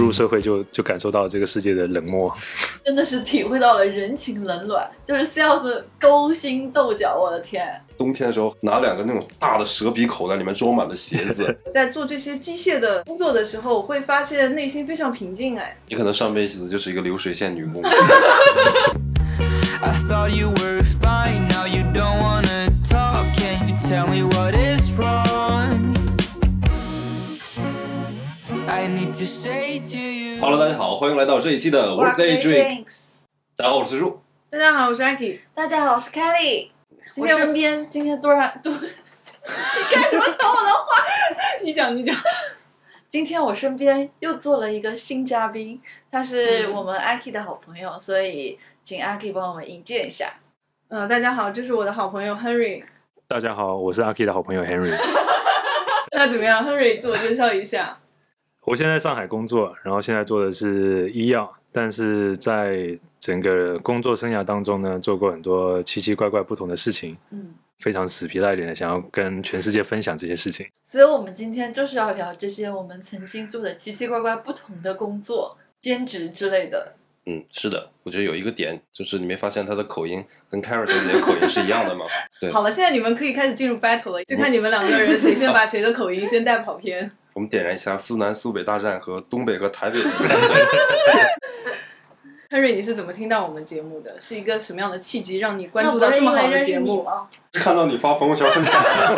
入社会就就感受到这个世界的冷漠。真的是体会到了人情冷暖， 就是 sales 勾心斗角，我的天！冬天的时候拿两个那种大的蛇皮口袋，里面装满了鞋子。在做这些机械的工作的时候，我会发现内心非常平静。哎，你可能上辈子就是一个流水线女工。 I thought you were fine, now you don't wanna talk. Can you tell me what is wrong? I need to say to you. Hello，大家好，欢迎来到这一期的 Workday Drink。大家好，我是崔叔。大家好，我是 Aki。大家好，我是 Kelly。今我天身边今天突然突，你干什么抢我的话？ 你讲，你讲。今天我身边又坐了一个新嘉宾，他是我们 Aki 的好朋友，所以请 Aki 帮我们引荐一下。呃，大家好，这是我的好朋友 Henry。大家好，我是阿 K 的好朋友 Henry， 那怎么样，Henry 自我介绍一下。我现在在上海工作，然后现在做的是医药，但是在整个工作生涯当中呢，做过很多奇奇怪怪不同的事情，嗯，非常死皮赖脸的想要跟全世界分享这些事情。所以我们今天就是要聊这些我们曾经做的奇奇怪怪不同的工作、兼职之类的。嗯，是的，我觉得有一个点就是你没发现他的口音跟 Carol 小姐的口音是一样的吗？对，好了，现在你们可以开始进入 battle 了，就看你们两个人谁先把谁的口音先带跑偏。 我们点燃一下苏南、苏北大战和东北和台北的战争。 Henry，你是怎么听到我们节目的？是一个什么样的契机让你关那注不到是这因么为好认的识节你哦目？ 吗？看到你发朋友圈分享，啊，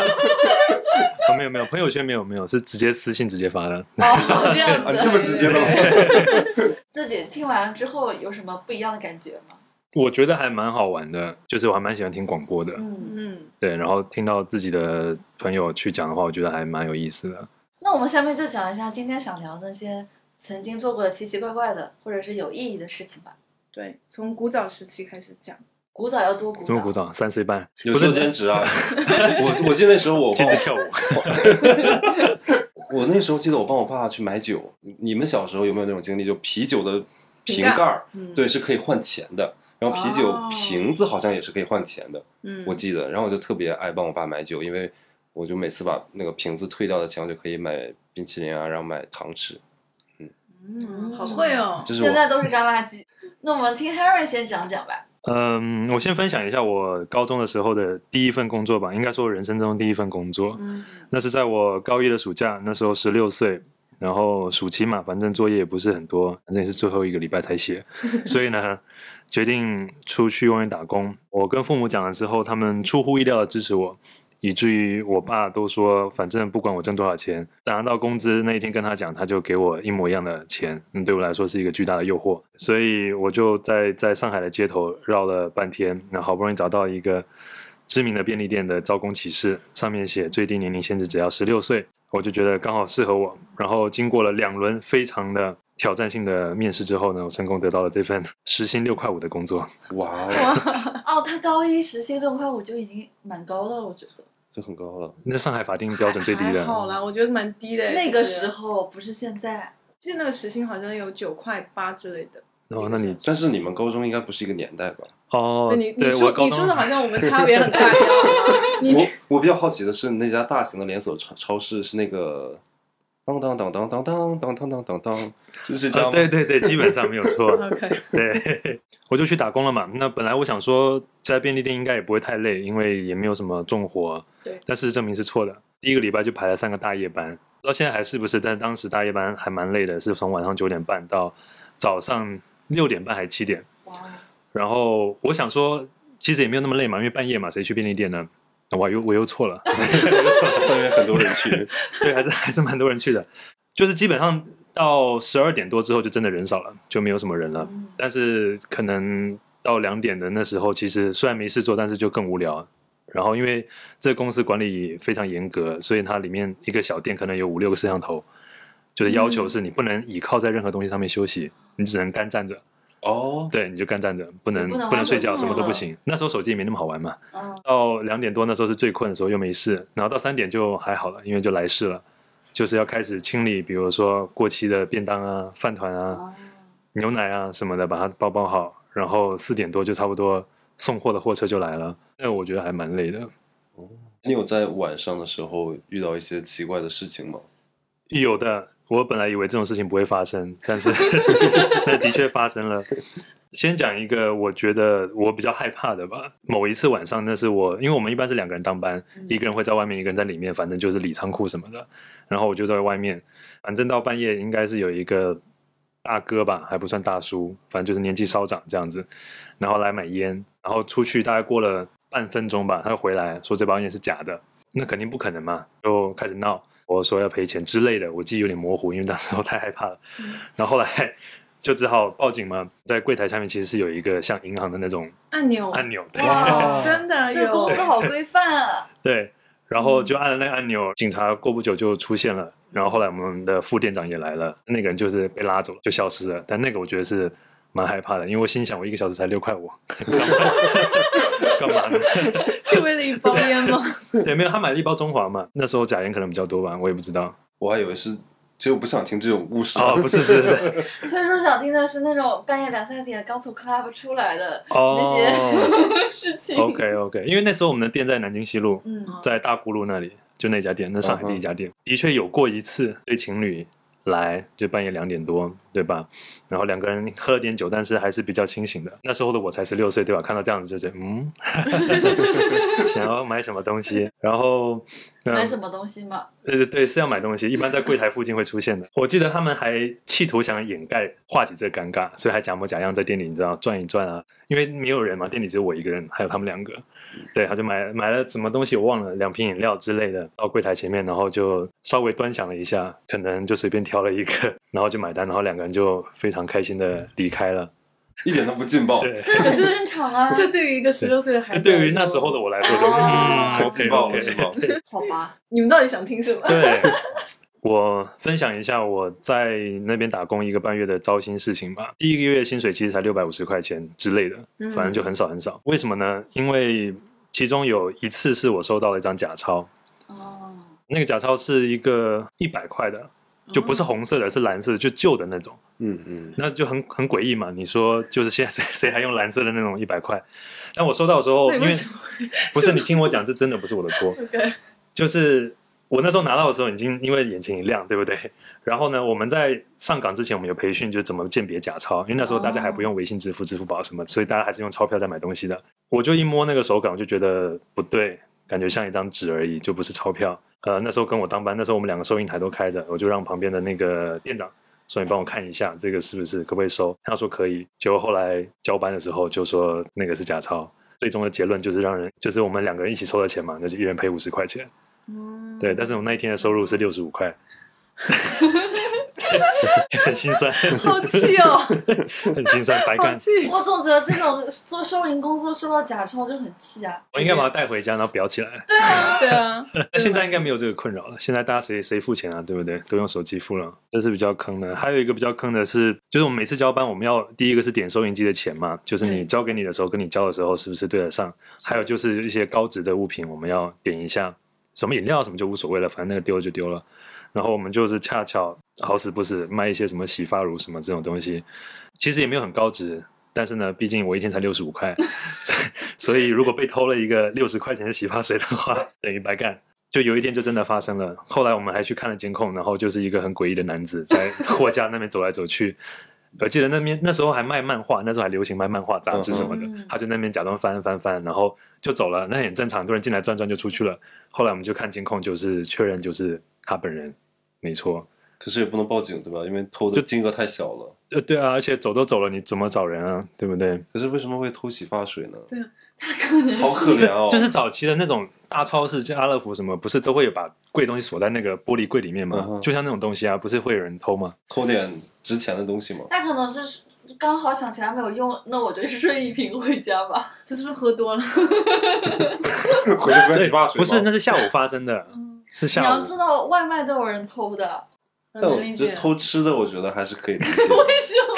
没有没有，朋友圈没有没有，是直接私信直接发的。 哦，这样啊，子。你这么 直接的吗？自己听完之后有什么不一样的感觉吗？我觉得还蛮好玩的，就是我还蛮喜欢听广播的，嗯，嗯，对，然后听到自己的朋友去讲的话，我觉得还蛮有意思的。那我们下面就讲一下今天想聊那些曾经做过的奇奇怪怪的或者是有意义的事情吧。对，从古早时期开始讲。鼓掌要多鼓怎么鼓掌，掌？三岁半， 有不做是兼职啊？我我记得那时候我接帮着跳舞。我那时候记得我帮我爸去买酒。你你们小时候有没有那种经历？就啤酒的瓶瓶盖盖儿，嗯对，是可以换钱的。然后啤哦酒瓶子好像也是可以换钱的，嗯，我记得。然后我就特别爱帮我爸买酒，因为我就每次把那个瓶子退掉的钱，我就可以买冰淇淋啊，然后买糖吃。嗯，好会哦。这是我现在都是干垃 圾。那我们听 Harry 先讲讲吧。嗯，我先分享一下我高中的时候的第一份工作吧，应该说人生中第一份工作，嗯那是在我高一的暑假，那时候十六岁。然后暑期嘛，反正作业也不是很多，反正也是最后一个礼拜才写，所以呢，决定出去外面打工。我跟父母讲了之后，他们出乎意料的支持我，以至于我爸都说，反正不管我挣多少钱，拿到工资那一天跟他讲，他就给我一模一样的钱，那对我来说是一个巨大的诱惑，所以我就在在上海的街头绕了半天，那好不容易找到一个知名的便利店的招工启事，上面写最低年龄限制只要十六岁，我就觉得刚好适合我。然后经过了两轮非常的挑战性的面试之后呢，我成功得到了这份 时薪六块五的工作。哇哦，哦，他高一时薪六块五就已经蛮高的了，我觉得。就很高了。那上海法定标准最低的还，好啦，我觉得蛮低的。那个其实时，候不是现在，记得那个时薪好像有九块八之类的。哦，那你但是你们高中应该不是一个年代吧？哦那你，你对我说高你说中的好像我们差别 很大一样。你这我我比较好奇的是，那家大型的连锁超超市是那个当当当当当当当当当当当，是这家吗？啊对对对，基本上没有错。 OK，对，我就去打工了嘛。那本来我想说，在便利店应该也不会太累，因为也没有什么重活。对但事实证明是错的。第一个礼拜就排了三个大夜班，不知道现在还是不是？但当时大夜班还蛮累的，是从晚上九点半到早上六点半还七点。哇，然后我想说，其实也没有那么累嘛，因为半夜嘛，谁去便利店呢？我又我又错了，当然很多人去。对，还是还是蛮多人去的，就是基本上到十二点多之后就真的人少了，就没有什么人了。嗯但是可能到两点的那时候，其实虽然没事做，但是就更无聊。然后因为这个公司管理非常严格，所以它里面一个小店可能有五六个摄像头，就是要求是你不能倚靠在任何东西上面休息，你只能干站着。哦，对，你就干站着，不能你嗯不能玩睡觉，手机什么都不了行。那时候手机也没那么好玩嘛。啊嗯，到两点多那时候是最困的时候，又没事，然后到三点就还好了，因为就来事了，就是要开始清理，比如说过期的便当啊、饭团啊、哦牛奶啊什么的，把它包包好，然后四点多就差不多送货的货车就来了。那我觉得还蛮累的。你有在晚上的时候遇到一些奇怪的事情吗？有的，我本来以为这种事情不会发生，但是那的确发生了。先讲一个我觉得我比较害怕的吧。某一次晚上，那是我，因为我们一般是两个人当班，一个人会在外面，一个人在里面，反正就是理仓库什么的。然后我就在外面，反正到半夜应该是有一个大哥吧，还不算大叔，反正就是年纪稍长这样子，然后来买烟，然后出去大概过了半分钟吧，他就回来说这包烟是假的，那肯定不可能嘛，就开始闹，我说要赔钱之类的，我记忆有点模糊，因为那时候太害怕了，嗯然后后来。就只好报警嘛，在柜台下面其实是有一个像银行的那种按钮，按钮，对哦哇，真的啊这个公有司好规范啊！对，然后嗯就按了那个按钮，警察过不久就出现了，然后后来我们的副店长也来了，那个人就是被拉走了，就消失了。但那个我觉得是蛮害怕的，因为我心想我一个小时才六块五，干嘛 干嘛呢？就为了一包烟吗？对，没有，他买了一包中华嘛，那时候假烟可能比较多吧，我也不知道。我还以为是，其实我不想听这种故事。哦，不是，不是，不是，所以说想听的是那种半夜两三点刚从 club 出来的那些哦事情。 ，OK OK，因为那时候我们的店在南京西路，嗯，在大沽路那里，就那家店，那上海第一家店的确有过一次对情侣来，就半夜两点多，对吧？然后两个人喝了点酒，但是还是比较清醒的。那时候的我才十六岁，对吧？看到这样子就是嗯， 想要买什么东西，然后嗯买什么东西吗？呃，对，是要买东西，一般在柜台附近会出现的。我记得他们还企图想掩盖、化解这个尴尬，所以还假模假样在店里，你知道转一转啊，因为没有人嘛，店里只有我一个人，还有他们两个。对，他就买买了什么东西，我忘了，两瓶饮料之类的，到柜台前面，然后就稍微端详了一下，可能就随便挑了一个， 然后就买单，然后两个人就非常开心的离开了。 一点都不劲爆，对，这很正常啊，这对于一个十六岁的孩子，对于那时候，的我来说就，嗯 很，OK 劲爆了， OK 是。吗？好吧？你们到底想听什么？对，我分享一下我在那边打工一个半月的糟心事情吧。第一个月薪水其实才六百五十块钱之类的，反正嗯就很少很少。为什么呢？因为其中有一次是我收到了一张假钞，哦，那个假钞是一个一百块的。就不是哦红色的，是蓝色的，就旧的那种，嗯嗯，那就很很诡异嘛。你说，就是现在 谁谁还用蓝色的那种一百块？但我收到的时候，那因你为为什么会不是你听我讲，这真的不是我的锅。 ？OK，就是我那时候拿到的时候，已经因为眼前一亮，对不对？然后呢，我们在上岗之前，我们有培训，就是怎么鉴别假钞，因为那时候大家还不用微信支付、支付宝什么，所以大家还是用钞票在买东西的。我就一摸那个手感，我就觉得不对，感觉像一张纸而已，就不是钞票。呃，那时候跟我当班，那时候我们两个收银台都开着，我就让旁边的那个店长说：“你帮我看一下，这个是不是可不可以收？”他说可以。结果后来交班的时候就说那个是假钞。最终的结论就是让人，就是我们两个人一起收的钱嘛，那就一人赔五十块钱。嗯对，但是我那一天的收入是六十五块， 很心酸， 好气 哦，很心酸，白好干。气！我总觉得这种做收银工作收到假钞就很气啊。我应该把它带回家，然后裱起来。对啊，那现在应该没有这个困扰了。现在大家谁谁付钱啊？对不对？都用手机付了，这是比较坑的。还有一个比较坑的是，就是我们每次交班，我们要第一个是点收银机的钱嘛，就是你嗯交给你的时候跟你交的时候是不是对得上？还有就是一些高值的物品，我们要点一下，什么饮料什么就无所谓了，反正那个丢了就丢了。然后我们就是恰巧好死不死卖一些什么洗发乳什么这种东西，其实也没有很高值，但是呢，毕竟我一天才六十五块，所以如果被偷了一个六十块钱的洗发水的话，等于白干。就有一天就真的发生了，后来我们还去看了监控，然后就是一个很诡异的男子在货架那边走来走去。我记得那边那时候还卖漫画，那时候还流行卖漫画杂志什么的，嗯他就那边假装翻翻翻，然后就走了，那很正常，很多人进来转转就出去了。后来我们就看监控，就是确认就是他本人，没错。可是也不能报警对吧？因为偷的金额太小了。呃，对啊，而且走都走了，你怎么找人啊？对不对？可是为什么会偷洗发水呢？可能好可怜哦，就是早期的那种大超市，像家乐福什么，不是都会有把贵东西锁在那个玻璃柜里面吗？嗯哼就像那种东西啊，不是会有人偷吗？偷点值钱的东 西嘛。他可能是刚好想起来没有用，那我就顺一瓶回家吧。这是不是喝多了？回去喝洗发不水吗是，那是下午发生的，是嗯你下要午知。道，外卖都有人偷 的，但我能理这解。偷吃的，我觉得还是可以理解。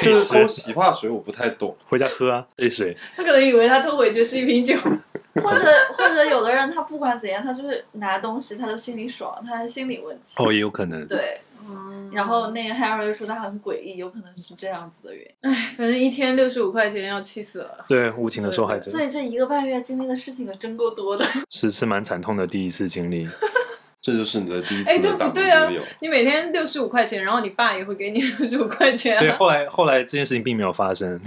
就是可以吃偷洗发水，我不太懂。回家喝啊，兑水。他可能以为他偷回去是一瓶酒，或者或者有的人他不管怎样，他就是拿东西，他就心里爽，他还心理问题。哦，也有可能。对，嗯然后那个 Harry 说他很诡异，有可能是这样子的原因。反正一天六十五块钱要气死了。对，无情的受害者所以这一个半月经历的事情可真够多的。 是是蛮惨痛的第一次经历。这就是你的第一哎次对的不打工对啊经历哦。你每天六十五块钱，然后你爸也会给你六十五块钱、对，啊，后来后来这件事情并没有发生。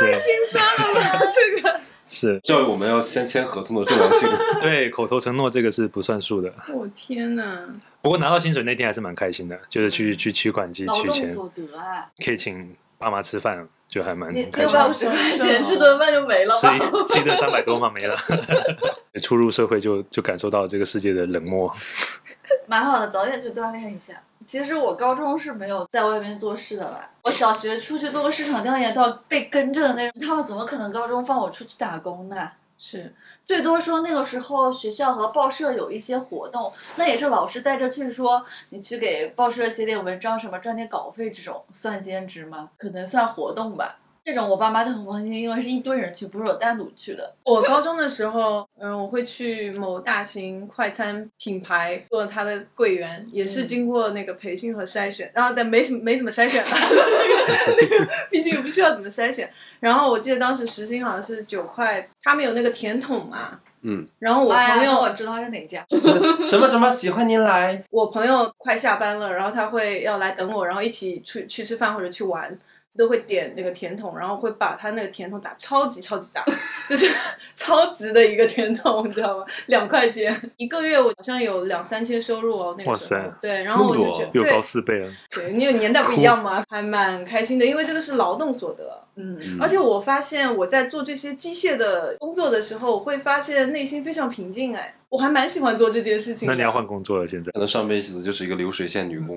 对，心酸了，这个。 是教育我们要先签合同的重要性。对口头承诺这个是不算数的。我天哪！不过拿到薪水那天还是蛮开心的，就是去去取款机劳取动钱，所得啊，可以请爸妈吃饭，就还蛮你开六心百的五。十块啊钱吃顿饭就没 了吃吧？一吃一顿三百多嘛，没了。 初入社会就就感受到这个世界的冷漠。 蛮好的，早点去锻炼一下。其实我高中是没有在外面做事的啦，我小学出去做过市场调研，都要被跟着的那种。他们怎么可能高中放我出去打工呢？是最多说那个时候学校和报社有一些活动，那也是老师带着去说，你去给报社写点文章什么，赚点稿费这种，算兼职吗？可能算活动吧。这种我爸妈就很放心，因为是一堆人去，不是我单独去的。我高中的时候，嗯，我会去某大型快餐品牌做它的柜员，也嗯是经过那个培训和筛选，然后但没什么没怎么筛选了， 那个毕竟也不需要怎么筛选。然后我记得当时时薪好像是九块，他们有那个甜筒嘛，嗯，然后我哎朋呀，友、那我知道是哪家。什么什么喜欢您来，我朋友快下班了，然后他会要来等我，然后一起去去吃饭或者去玩，都会点那个甜筒，然后会把他那个甜筒打超级超级 大，就是超值的一个甜筒，你知道吗？两块钱一个月，我好像有两三千收入哦，那个时候哇塞对，然后我就觉得又对高四倍了，对，因为年代不一样嘛，还蛮开心的，因为这个是劳动所得，嗯，嗯而且我发现我在做这些机械的工作的时候，我会发现内心非常平静，哎，我还蛮喜欢做这件事情的。那你要换工作了，现在可能上辈子就是一个流水线女工。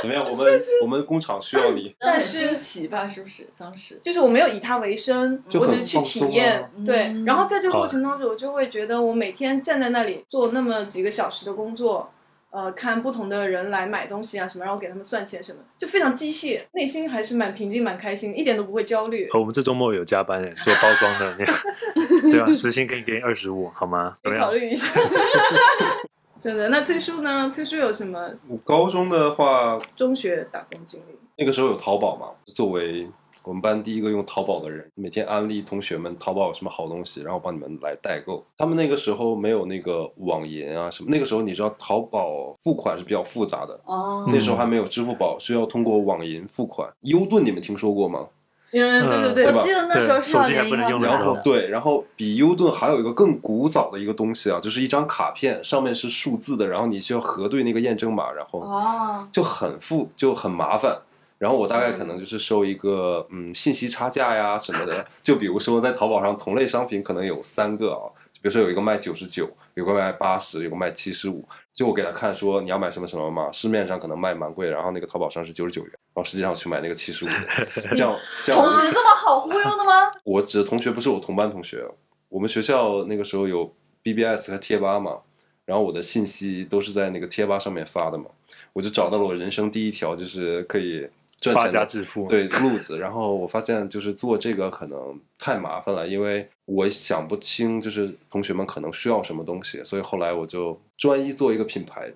怎么样？我们我们工厂需要你。但但呃很是新奇吧？是不是当时？就是我没有以它为生，就我很只是去体验放。松啊对嗯，然后在这个过程当中，我就会觉得我每天站在那里做那么几个小时的工作，呃，看不同的人来买东西啊什么，然后给他们算钱什么，就非常机械，内心还是蛮平静、蛮开心，一点都不会焦虑。哦我们这周末有加班哎，做包装的，你 对吧？啊时薪可以给你二十五，好吗？怎你么样考？虑一下。 真的，那崔叔呢？崔叔有什么我高中的话，中学打工经历？那个时候有淘宝嘛，作为我们班第一个用淘宝的人，每天安利同学们淘宝有什么好东西，然后帮你们来代购。他们那个时候没有那个网银啊什么，那个时候你知道淘宝付款是比较复杂的，哦，那时候还没有支付宝，是要通过网银付款。优盾你们听说过吗？嗯，对对对吧对，我记得那时候是要对手机还联不能银用行的然时卡候后的。对，然后比 U 盾还有一个更古早的一个东西啊，就是一张卡片，上面是数字的，然后你需要核对那个验证码，然后哦，就很复就很麻烦。然后我嗯大概可能就是收一个嗯信息差价呀什么的，就比如说在淘宝上同类商品可能有三个啊，就比如说有一个卖九十九，有个卖八十，有个卖七十五，就我给他看说你要买什么什么嘛，市面上可能卖蛮贵，然后那个淘宝上是九十九元，然后实际上我去买那个七十五的，这样这样我同就学这么好忽悠的吗？我指的同学不是我同班同学，我们学校那个时候有 BBS 和贴吧嘛，然后我的信息都是在那个贴吧上面发的嘛，我就找到了我人生第一条就是可以赚发钱家的致富，，对路子，然后我发现就是做这个可能太麻烦了，因为我想不清就是同学们可能需要什么东西，所以后来我就专一做一个品牌，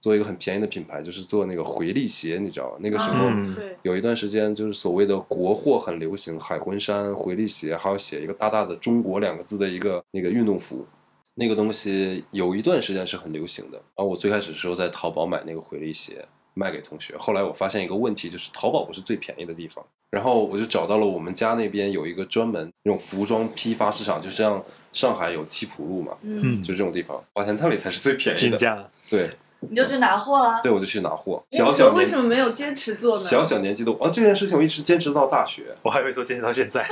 做一个很便宜的品牌，就是做那个回力鞋，你知道吗？那个时候。嗯对，有一段时间，就是所谓的国货很流行，海魂衫、回力鞋，还有写一个大大的“中国”两个字的一个那个运动服，那个东西有一段时间是很流行的。然后我最开始的时候在淘宝买那个回力鞋，卖给同学。后来我发现一个问题，就是淘宝不是最便宜的地方，然后我就找到了我们家那边有一个专门那种服装批发市场，就像上海有七浦路嘛，嗯，嗯就，这种地方，发现那里才是最便宜竞的。价对你就去拿货了。对，我就去拿货。哎那小时候小为年什么没有坚持做呢？小小年纪的我，啊，这件事情我一直坚持到大学。我还以为说坚持到现 在，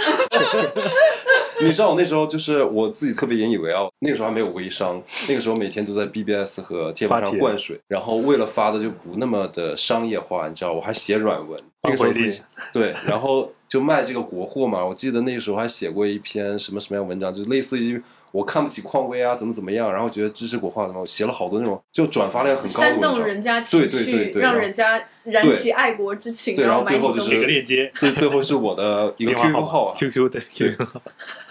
你知道我那时候就是我自己特别引以为傲，那个时候还没有微商，那个时候每天都在 BBS 和贴吧发上帖灌水，然后为了发的就不那么的商业化，你知道，我还写软文，那个时候自回力己对，然后就卖这个国货嘛。我记得那个时候还写过一篇什么什么样的文章，就是类似于我看不起匡威啊，怎么怎么样，然后觉得支持国货怎么，我写了好多那种就转发量很高的煽文章，动人家情绪，对对对对让然后人家燃起爱国之情，对然后买最你后就东是西给个链接，最最后是我的一个电话 QQ 号号啊 码，QQ 对对 QQ，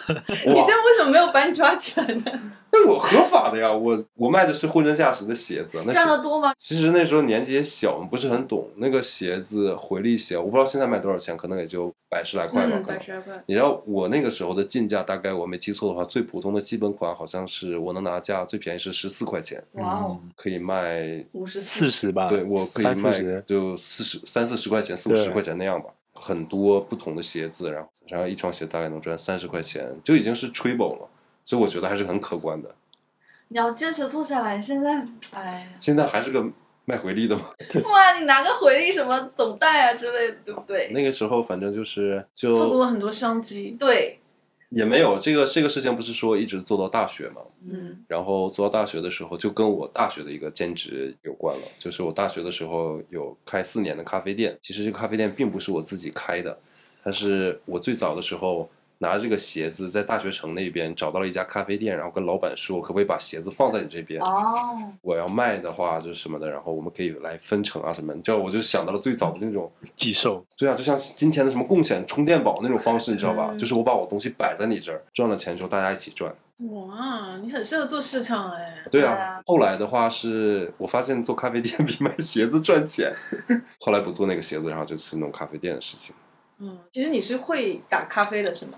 你 这样为什么没有把你抓 起来呢？那我合法的呀，我我卖的是货真价实的鞋子，那赚是嗯的多吗？其实那时候年纪也小，我们不是很懂那个鞋子回力鞋，我不知道现在卖多少钱，可能也就百十来块吧，嗯，可百能。十来块。你知道我那个时候的进价，大概我没记错的话，最普通的基本款好像是我能拿价最便宜是十四块钱，哇哦，可以卖，五十四四，十吧，对我可啊三以四十卖就四十三四十块钱，四五对十块钱那样吧。很多不同的鞋子，然后然后一双鞋大概能赚三十块钱，就已经是吹饱了，所以我觉得还是很可观的。你要坚持做下来，现在，哎呀，现在还是个卖回力的嘛，不然你拿个回力什么总代啊之类的，对不对？那个时候反正就是错过就了很多商机。对，也没有这个这个事情，不是说一直做到大学嘛。嗯，然后做到大学的时候，就跟我大学的一个兼职有关了。就是我大学的时候有开四年的咖啡店，其实这个咖啡店并不是我自己开的，但是我最早的时候拿这个鞋子在大学城那边找到了一家咖啡店，然后跟老板说，可不可以把鞋子放在你这边？哦，我要卖的话就是什么的，然后我们可以来分成啊什么的。你知道，我就想到了最早的那种寄售，对啊，就像今天的什么共享充电宝那种方式，你知道吧？嗯就是我把我东西摆在你这儿，赚了钱之后大家一起赚。哇，你很适合做市场哎。对对啊啊，后来的话是我发现做咖啡店 比卖鞋子赚钱，后来不做那个鞋子，然后就是弄咖啡店的事情。嗯，其实你是会打咖啡的是吗？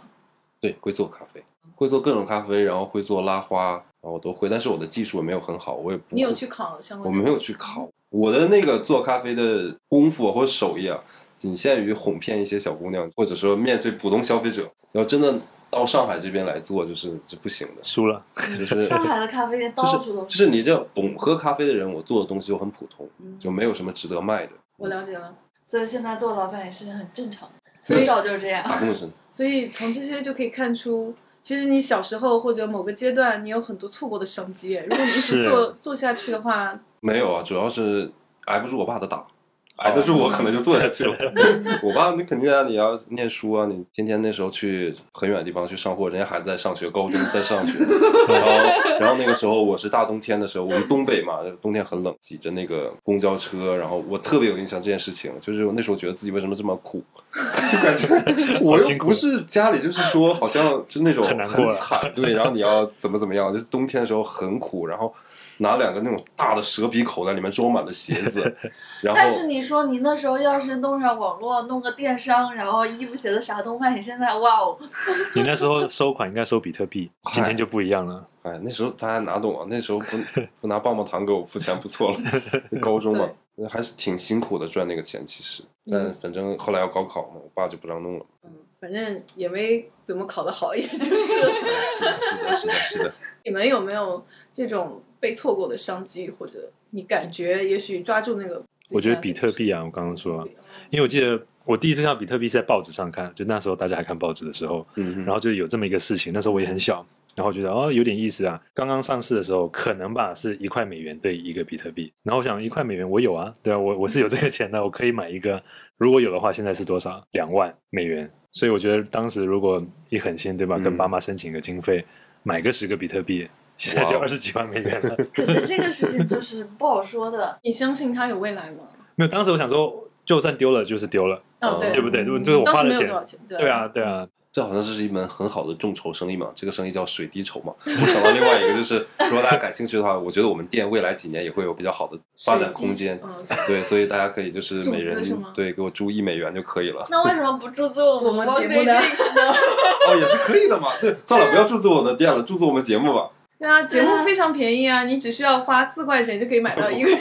对，会做咖啡，会做各种咖啡，然后会做拉花，然后我都会，但是我的技术也没有很好，我也不你有去考相我关的？没有去考我的那个做咖啡的功夫或者手艺啊，仅限于哄骗一些小姑娘，或者说面对普通消费者。要真的到上海这边来做，就是这不行的，输了，就是嗯上海的咖啡店就到是处就都是你这懂喝咖啡的人，我做的东西就很普通，嗯就没有什么值得卖的。我了解了。所以现在做老板也是很正常的，所以从小就是这样。打工生，所以从这些就可以看出，其实你小时候或者某个阶段，你有很多错过的商机耶。如果你一直是做做下去的话，没有啊，主要是挨不住我爸的打，哦挨得住我可能就做 下去了。 我爸那肯定啊，你要念书啊，你天天那时候去很远的地方去上货，人家还在上学，高中在 上学，然后然后那个时候我是大冬天的时候，我们东北嘛，冬天很冷，挤着那个公交车，然后我特别有印象这件事情，就是我那时候觉得自己为什么这么苦，就感觉 我又辛苦不是家里就是说好像就那种很难过很啊惨，对，然后你要怎么怎么样，就是冬天的时候很苦，然后。拿两个那种大的蛇皮口袋，里面装满了鞋子，然后但是你说你那时候要是弄上网络，弄个电商，然后衣服鞋子啥都卖，你现在哇哦，你那时候收款应该收比特币，今天就不一样了。哎，那时候大家哪懂啊？那时候不不拿棒棒糖给我付钱不错了，高中嘛，还是挺辛苦的赚那个钱，其实。嗯但反正后来要高考嘛，我爸就不让弄了。反正也没怎么考得好，也 就是了。哎是的，是的，是的，是的。你们有没有这种被错过的商机，或者你感觉也许抓住那个？。我觉得比特币啊，我刚刚说啊，因为我记得我第一次看到比特币是在报纸上看，就那时候大家还看报纸的时候，嗯然后就有这么一个事情，那时候我也很小，然后觉得哦有点意思啊。刚刚上市的时候，可能吧是一块美元兑一个比特币，然后我想一块美元我有啊，对啊，我我是有这个钱的，我可以买一个。如果有的话，现在是多少？两万美元。所以我觉得当时如果一狠心，对吧，嗯跟爸妈申请个经费，买个十个比特币，现在就哇哦二十几万美元了。 可是这个事情就是不好说的你相信它有未来吗？没有，当时我想说，就算丢了就是丢了，哦，嗯对，对不对？就是我当花时了没有钱多，少钱，对对啊，，对啊，这好像是一门很好的众筹生意嘛，这个生意叫水滴筹嘛。我想到另外一个就是，如果大家感兴趣的话，我觉得我们店未来几年也会有比较好的发展空间。嗯，对，所以大家可以就是每注人资是吗对给我注一美元就可以了。那为什么不注资我我们 One 节目 Day 呢 Drinks 呢？ 哦，也是可以的嘛。对，算了，不要注资我的店了，注资我们节目吧。 对啊，节目非常便宜啊，你只需要花四块钱就可以买到一个，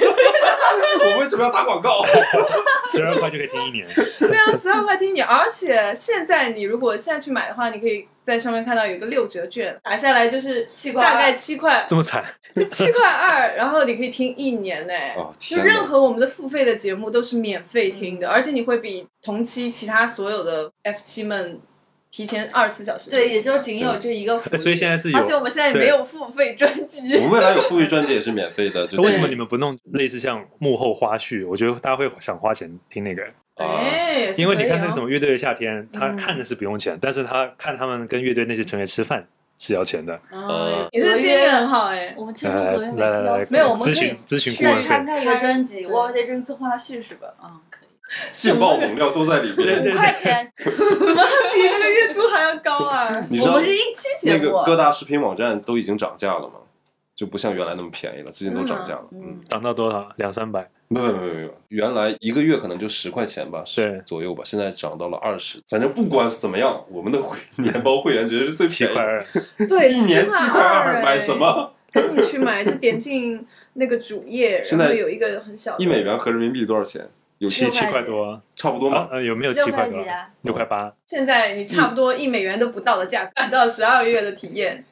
我为什么要打广告？ 十二块就可以听一年。对啊，十二块听你，而且现在你如果现在去买的话，你可以在上面看到有一个六折券，打下来就是七块二大概七块， 这么惨，就七块二，然后你可以听一年呢、哦就天哪任何我们的付费的节目都是免费听嗯的，而且你会比同期其他所有的 F 七们提前二十四小时。对，，也就仅有这一个服务。所以现在是有而且我们现在也没有付费专我辑。们未来有付费专辑也是免费的，就为什么你们不弄类似像幕后花絮？我觉得大家会想花钱听那个，啊？哎，因为你看那个是什可以哦么乐队的夏天，他嗯看的是不用钱，但是他看他们跟乐队那些成员吃饭是要钱的。啊呃哦你这个建议很好哎， 我们签来合来呃来约每次来要来，付没有我们可以咨询咨询顾去问看费，看一个专辑《对 One Day Drinks》花絮是吧？嗯，可以。劲爆猛料都在里面。对五块钱，比那个月租还要高啊！ 你知我道们是一期节那个目，各大视频网站都已经涨价了嘛，就不像原来那么便宜了，最近都涨价了。嗯嗯，涨到多少？两三百。没有没有没有没有，原来一个月可能就十块钱吧，对十左右吧，现在涨到了二十。反正不管怎么样，我们的会 年包会员绝对是最七便宜块的，二，对，一年七7块二，哎二，买什？么？ 赶紧去买，就点进那个主页，现然在后有一个很小的一美元合人民币多少钱？有七六七七块多啊，差不多啊嘛？呃有没有六七块多几？啊？六块八，现在你差不多一美元都不到的价格，买到十二月的体验，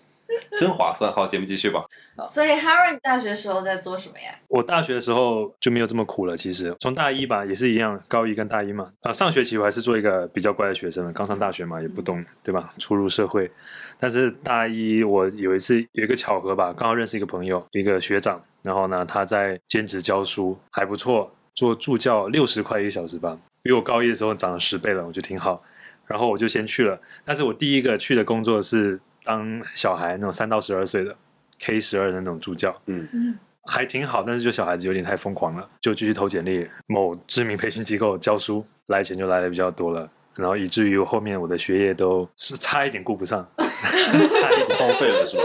真划算。好，节目继续 吧。所以 Harry 大学时候在做什么呀？我大学的时候就没有这么苦了，其实从大一吧也是一样，高一跟大一嘛。啊，上学期我还是做一个比较乖的学生了，刚上大学嘛也不懂，对吧？初入社会，但是大一我有一次有一个巧合吧，刚好认识一个朋友，一个学长，然后呢他在兼职教书，还不错，做助教六十块一个小时吧，比我高一的时候涨了十倍了，我觉得挺好。然后我就先去了，但是我第一个去的工作是当小孩那种三到十二岁的 K 十二的那种助教，还挺好，但是就小孩子有点太疯狂了，就继续投简历，某知名培训机构教书，来钱就来的比较多了，然后以至于我后面我的学业都是差一点顾不上， 差一点。荒废了是吧？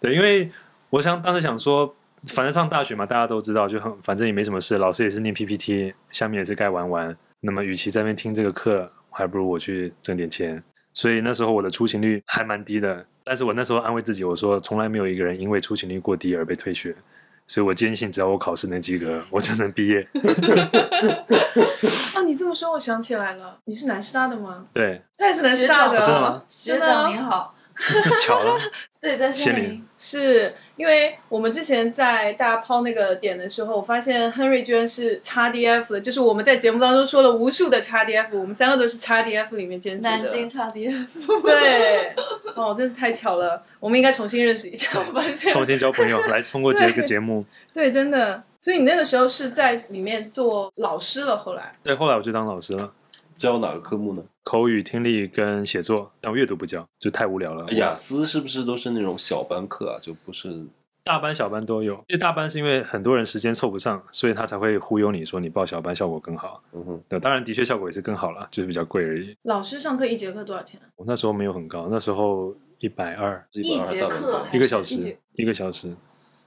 对，因为我想当时想说，反正上大学嘛，大家都知道，就很反正也没什么事，老师也是念 PPT，下面也是该玩玩。那么，与其在那边听这个课，还不如我去挣点钱。所以那时候我的出勤率还蛮低的，但是我那时候安慰自己，我说从来没有一个人因为出勤率过低而被退学，所以我坚信只要我考试能及格，我就能毕业。哦，你这么说，我想起来了，你是南师大的吗？对，他也是南师大的学长哦，真的吗学真的长哦您好，巧了，对，在仙仙林林，是因为我们之前在大家抛那个点的时候，我发现亨瑞居然是 XDF 的，就是我们在节目当中说了无数的 XDF，我们三个都是 XDF 里面兼职的。南京差点。对，哦，真是太巧了，我们应该重新认识一下。我发现，重新交朋友，来通过这个节目。对，真的。所以你那个时候是在里面做老师了，后来对，后来我就当老师了，教哪个科目呢？口语、听力跟写作，但我阅读不教，就太无聊了。哎雅思是不是都是那种小班课啊？就不是大班、小班都有。因为大班是因为很多人时间凑不上，所以他才会忽悠你说你报小班效果更好。嗯哼，对，当然的确效果也是更好了，就是比较贵而已。老师上课一节课多少钱？啊我那时候没有很高，那时候一百二基本上还是大班一节课还一个小一时节，一个小时。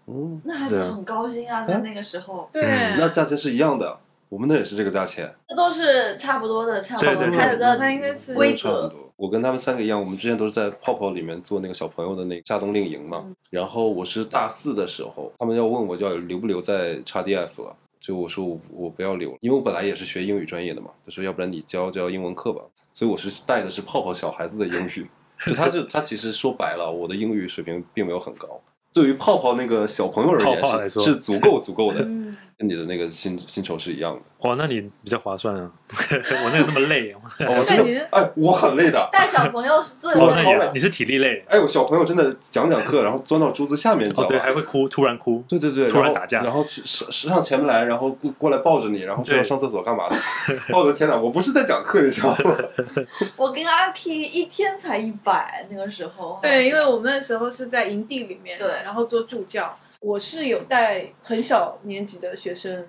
嗯，那还是很高兴啊，在那个时候，对，嗯那价钱是一样的，我们那也是这个价钱。那都是差不多的，差不多对的。对还有那个应该是规则差不多。我跟他们三个一样，我们之前都是在泡泡里面做那个小朋友的那个夏冬令营嘛。然后我是大四的时候，他们要问我要留不留在 XDF 了，就我说我我不要留了，因为我本来也是学英语专业的嘛，就说要不然你教教英文课吧。所以我是带的是泡泡小孩子的英语， 就他就他其实说白了，我的英语水平并没有很高。对于泡泡那个小朋友而言是泡泡来说是足够足够的，嗯，跟你的那个薪薪酬是一样的。哇，那你比较划算啊！ 我那个那么累，啊哦，我真那你的，哎，我很累的，带小朋友是最我我哦那超也累是，你是体力累哎，我小朋友真的讲讲课，然后钻到桌子下面，你知哦，道啊对，吧？还会哭，突然哭。对对对，突然后打架然后去上上前面来，然后过过来抱着你，然后说对要上厕所干嘛的？我的天哪，我不是在讲课，你知道吗？ 我跟阿 P 一天才一百，那个时候。对，因为我们那时候是在营地里面，对然后做助教。我是有带很小年级的学生，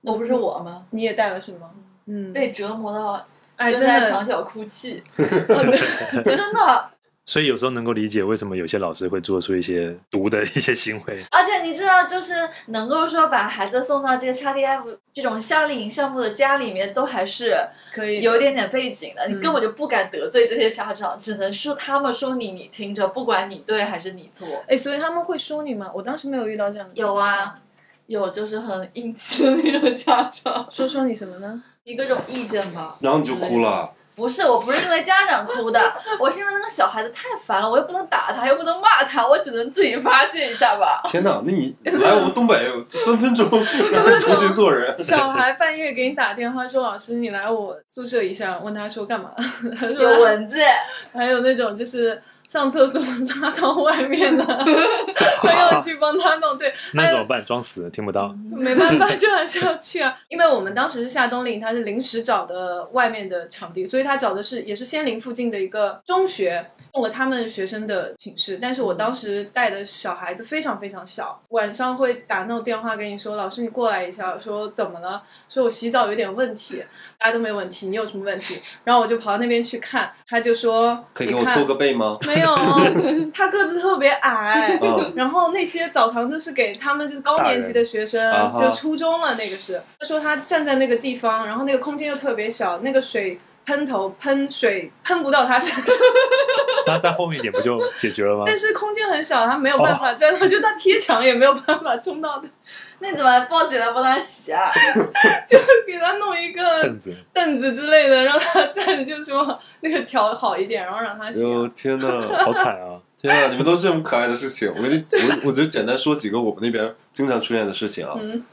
那不是我吗？你也带了是吗？嗯，被折磨到哎，蹲真在墙的，角 哭泣，真的真的。所以有时候能够理解为什么有些老师会做出一些毒的一些行为。而且你知道，就是能够说把孩子送到这个 XDF 这种夏令营项目的家里面，都还是可以有一点点背景的，嗯你根本就不敢得罪这些家长，只能说他们说你，你听着，不管你对还是你错。哎，所以他们会说你吗？我当时没有遇到这样的。有，啊，有就是很硬气的那种家长，说说你什么呢？一个种意见吧。然后你就哭了。不是，我不是因为家长哭的， 我是因为那个小孩子太烦了，我又不能打他，又不能骂他，我只能自己发泄一下 吧。天哪，那你来我们东北，分分钟让他重新做人。小孩半夜给你打电话说：“老师， 你来我宿舍一下。”问他说干嘛？他有说蚊子，还有那种就是上厕所拉到外面 了，朋友去帮他弄，对，那怎么办？装死听不到。 没办法，就还是要去啊。因为我们当时是夏冬令，他是临时找的外面的场地，所以他找的是也是仙林附近的一个中学，用了他们学生的寝室。但是我当时带的小孩子非常非常小，晚上会打那种电话跟你说，老师你过来一下，说怎么了？说我洗澡有点问题，大家都没问题，你有什么问题？然后我就跑到那边去看，他就说可以你给我看搓个背吗？没 有，他个子特别矮嗯，然后那些澡堂都是给他们就是高年级的学生大人啊，哈就初中了那个是。他说他站在那个地方，然后那个空间又特别小，那个水喷头喷水喷不到他身上，那在后面一点不就解决了吗？ 但是空间很小，他没有办法站，他就他贴墙也没有办法 冲到的，那你怎么抱起来帮他洗啊？就给他弄一个凳子，凳子之类的让他站着，就说那个调好一点，然后让他哎洗。呦天哪！好惨啊！天啊，你们都这么可爱的事情，我给你，我我就简单说几个我们那边经常出现的事情啊。嗯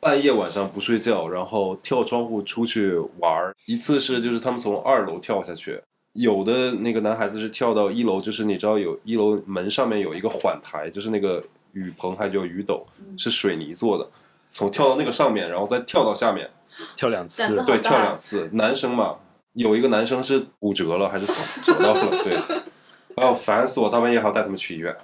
半夜晚上不睡觉，然后跳窗户出去玩儿。一次是就是他们从二楼跳下去，有的那个男孩子是跳到一楼，就是你知道有一楼门上面有一个缓台，就是那个雨棚还叫雨斗，是水泥做的，从跳到那个上面，然后再跳到下面，跳两次胆，子好对，大跳两次。男生嘛，有一个男生是骨折了还是 怎么折到了？对，哎呦烦死我，大半夜还要带他们去医院。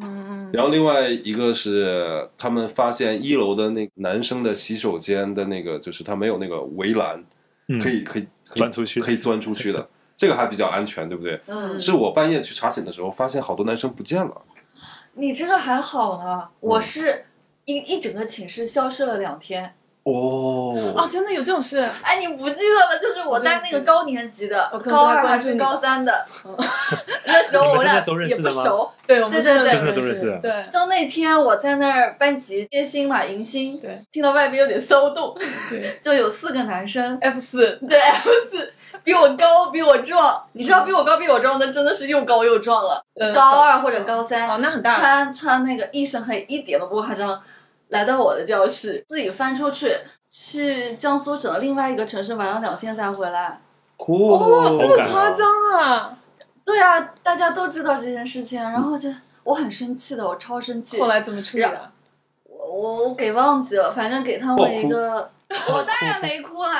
嗯然后另外一个是他们发现一楼的那个男生的洗手间的那个，就是他没有那个围栏，嗯可以可以可以钻出去可以钻出去 的，这个还比较安全，对不对？嗯，是我半夜去查寝的时候，发现好多男生不见了，你这个还好呢，我是一一整个寝室消失了两天。嗯，哦，哦，真的有这种事。哎，你不记得了？就是我带那个高年级的我，真的高二还是高三的嗯， 那时候我你们是俩那时候认也识不的吗熟。对，我们对真的对对就是那时候认识的对。就那天我在那儿班级接新嘛，迎新，对听到外边有点骚动，对 就有四个男生， ，F 四， 对 F 四，比我高，比我壮，你知嗯道比我高比我壮的真的是又高又壮了，呃高二或者高三，哦，那很大，穿穿那个一身黑，一点都不夸张，来到我的教室，自己翻出去，去江苏省的另外一个城市玩了两天才回来。酷，这么好感哦夸张啊！对啊，大家都知道这件事情，然后就我很生气的，我超生气。后来怎么处理的？我我我给忘记了，反正给他们一个， 我当然没哭了，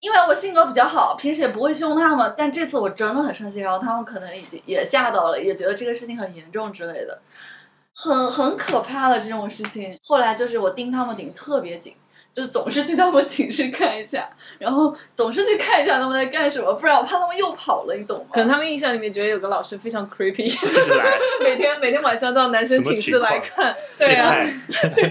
因为我性格比较好，平时也不会凶他们，但这次我真的很生气，然后他们可能已经也吓到了，也觉得这个事情很严重之类的，很很可怕的这种事情。后来就是我盯他们盯特别紧。就总是去他们寝室看一下，然后总是去看一下他们在干什么，不然我怕他们又跑了，你懂吗？可能他们印象里面觉得有个老师非常 creepy， 一直来，每天每天晚上到男生寝室来看。对变啊，态，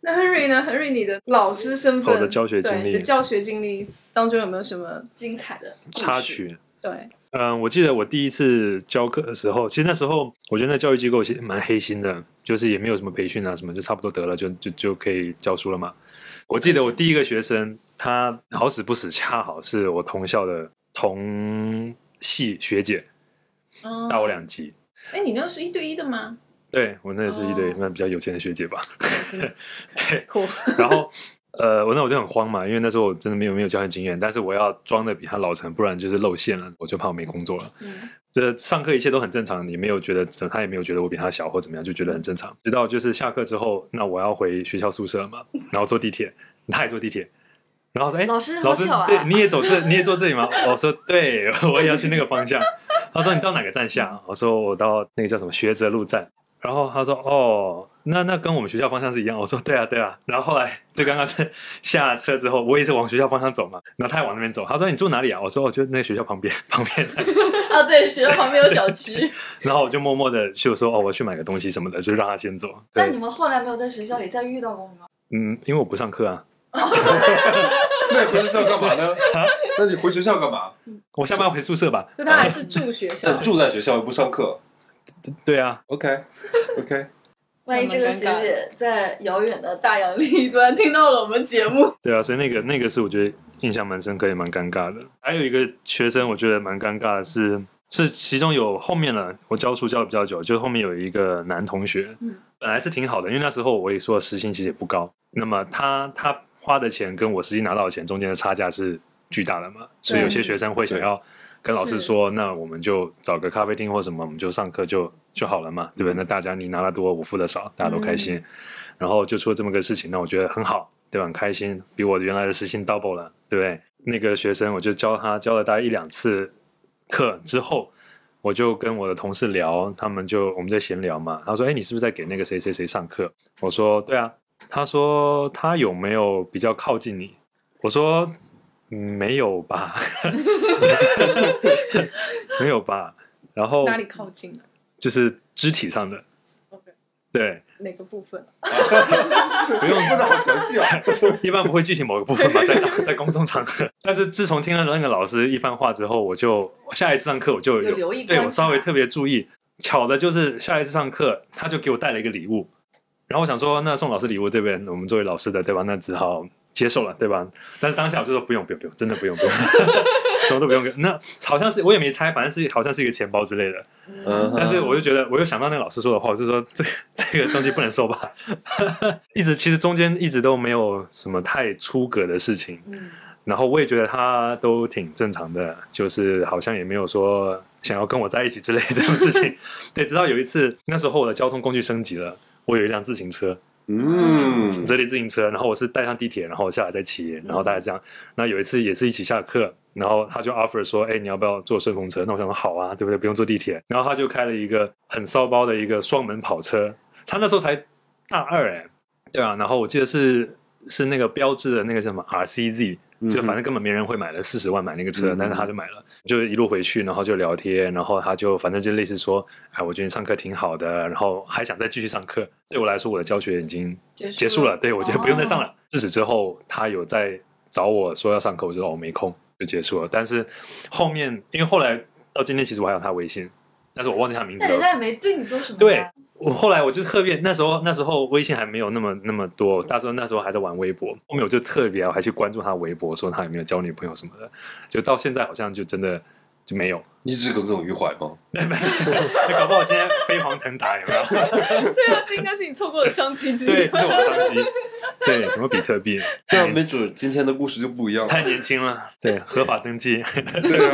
那 Henry 呢？Henry 你的老师身份，哦我的教学经历对你的教学经历当中有没有什么？精彩的故事插，曲。对，嗯，我记得我第一次教课的时候，其实那时候我觉得那教育机构其实蛮黑心的，就是也没有什么培训啊什么，就差不多得了，就就就可以教书了嘛。我记得我第一个学生，他好死不死，恰好是我同校的同系学姐，嗯大我。两级。哎，你那个是一对一的吗？对我那也是一对哦那比较有钱的学姐吧。酷，然后呃，我那我就很慌嘛，因为那时候我真的没有没有教学经验，但是我要装的比他老成，不然就是露馅了，我就怕我没工作了。嗯这上课一切都很正常，也没有觉得他也没有觉得我比他小或怎么样，就觉得很正常。直到就是下课之后，那我要回学校宿舍嘛，然后坐地铁，他也坐地铁，然后说：“哎，老师老师好巧啊，对，你也走这，你也坐这里吗？”我说：“对， 我也要去那个方向。”他说：“你到哪个站下？”我说：“我到那个叫什么学泽路站。”然后他说：“哦，那那跟我们学校方向是一样。”我说：“对啊，对啊。”然后后来就刚刚 在下车之后，我也是往学校方向走嘛，然后他也往那边走。他说：“你住哪里啊？”我说：“我就那个学校旁边，旁边。”啊，对，学校旁边有小区。然后我就默默的就说哦，我去买个东西什么的，就让他先走。 那对你，们后来没有在学校里再遇到过吗？嗯，因为我不上课啊，那你回学校干 嘛呢？那你回学校干嘛？呃我下班回宿舍吧。 所以他还是住学校那。住在学校又不上课对啊， ，OK OK，万一这个学姐在遥远的大洋另一端听到了我们节目，对啊，所以那个那个是我觉得印象蛮深刻，也蛮尴尬的。还有一个学生，我觉得蛮尴尬的是，是其中有后面了，我教书教的比较久，就是后面有一个男同学，嗯本来是挺好的，因为那时候我也说时薪其实也不高，那么他他花的钱跟我实际拿到的钱中间的差价是巨大的嘛，所以有些学生会想要。跟老师是说，那我们就找个咖啡厅或什么，我们就上课就就好了嘛，对不对？那大家你拿的多，我付的少，大家都开心。嗯然后就出了这么个事情，那我觉得很好，对吧？很开心，比我原来的时薪 double 了，对不对？那个学生，我就教他教了大概一两次课之后，我就跟我的同事聊，他们就我们在闲聊嘛，他说：“哎，你是不是在给那个谁谁谁上课？”我说：“对啊。”他说：“他有没有比较靠近你？”我说：“嗯没有吧， 没有吧。”然后哪里靠近了就是肢体上的， ？OK，对，哪个部分？不用问的好详细啊。 一般不会具体某个部分吧，在 大在公众场合。但是自从听了那个老师一番话之后，我就下一次上课我就有有留意对观察我稍微特别注意。巧的就是下一次上课，他就给我带了一个礼物，然后我想说，那送老师礼物对不对？我们作为老师的对吧？那只好接受了对吧？但是当下我就说不用不用不用，真的不用不用， 什么都不用给。那好像是我也没拆，反正是好像是一个钱包之类的。嗯但是我就觉得，我又想到那个老师说的话，我就说这个 这个东西不能收吧。 一直其实中间一直都没有什么太出格的事情，嗯，然后我也觉得他都挺正常的，就是好像也没有说想要跟我在一起之类这种事情。对，直到有一次，那时候我的交通工具升级了，我有一辆自行车，嗯，折叠自行车，然后我是带上地铁，然后下来再骑，然后大概这样。那有一次也是一起下课，然后他就 offer 说：“哎，你要不要坐顺风车？”那我想说好啊，对不对？不用坐地铁。然后他就开了一个很骚包的一个双门跑车，他那时候才大二哎，对啊。然后我记得是是那个标志的那个叫什么 RCZ。就反正根本没人会买了，四十万买那个车，嗯但是他就买了，就一路回去，然后就聊天，然后他就反正就类似说，哎，我觉得你上课挺好的，然后还想再继续上课。对我来说，我的教学已经结结束了，，对我觉得不用再上了。自此之后，他有在找我说要上课，我就说哦没空，就结束了。但是后面，因为后来到今天，其实我还有他微信，但是我忘记他名字 但人了。家也没对你做什么呀。对我后来我就特别那时候那时候微信还没有那么那么多，那时候那时候还在玩微博，后面我就特别我还去关注他微博，说他有没有交女朋友什么的，就到现在好像就真的就没有。一直耿耿于怀吗？搞不好今天飞黄腾达有没有？ 对啊，这应该是你错过的商机之对，一。这是我的商机。对，什么比特币？这样啊没准今天的故事就不一样太了。年轻了，对，合法登记。对啊，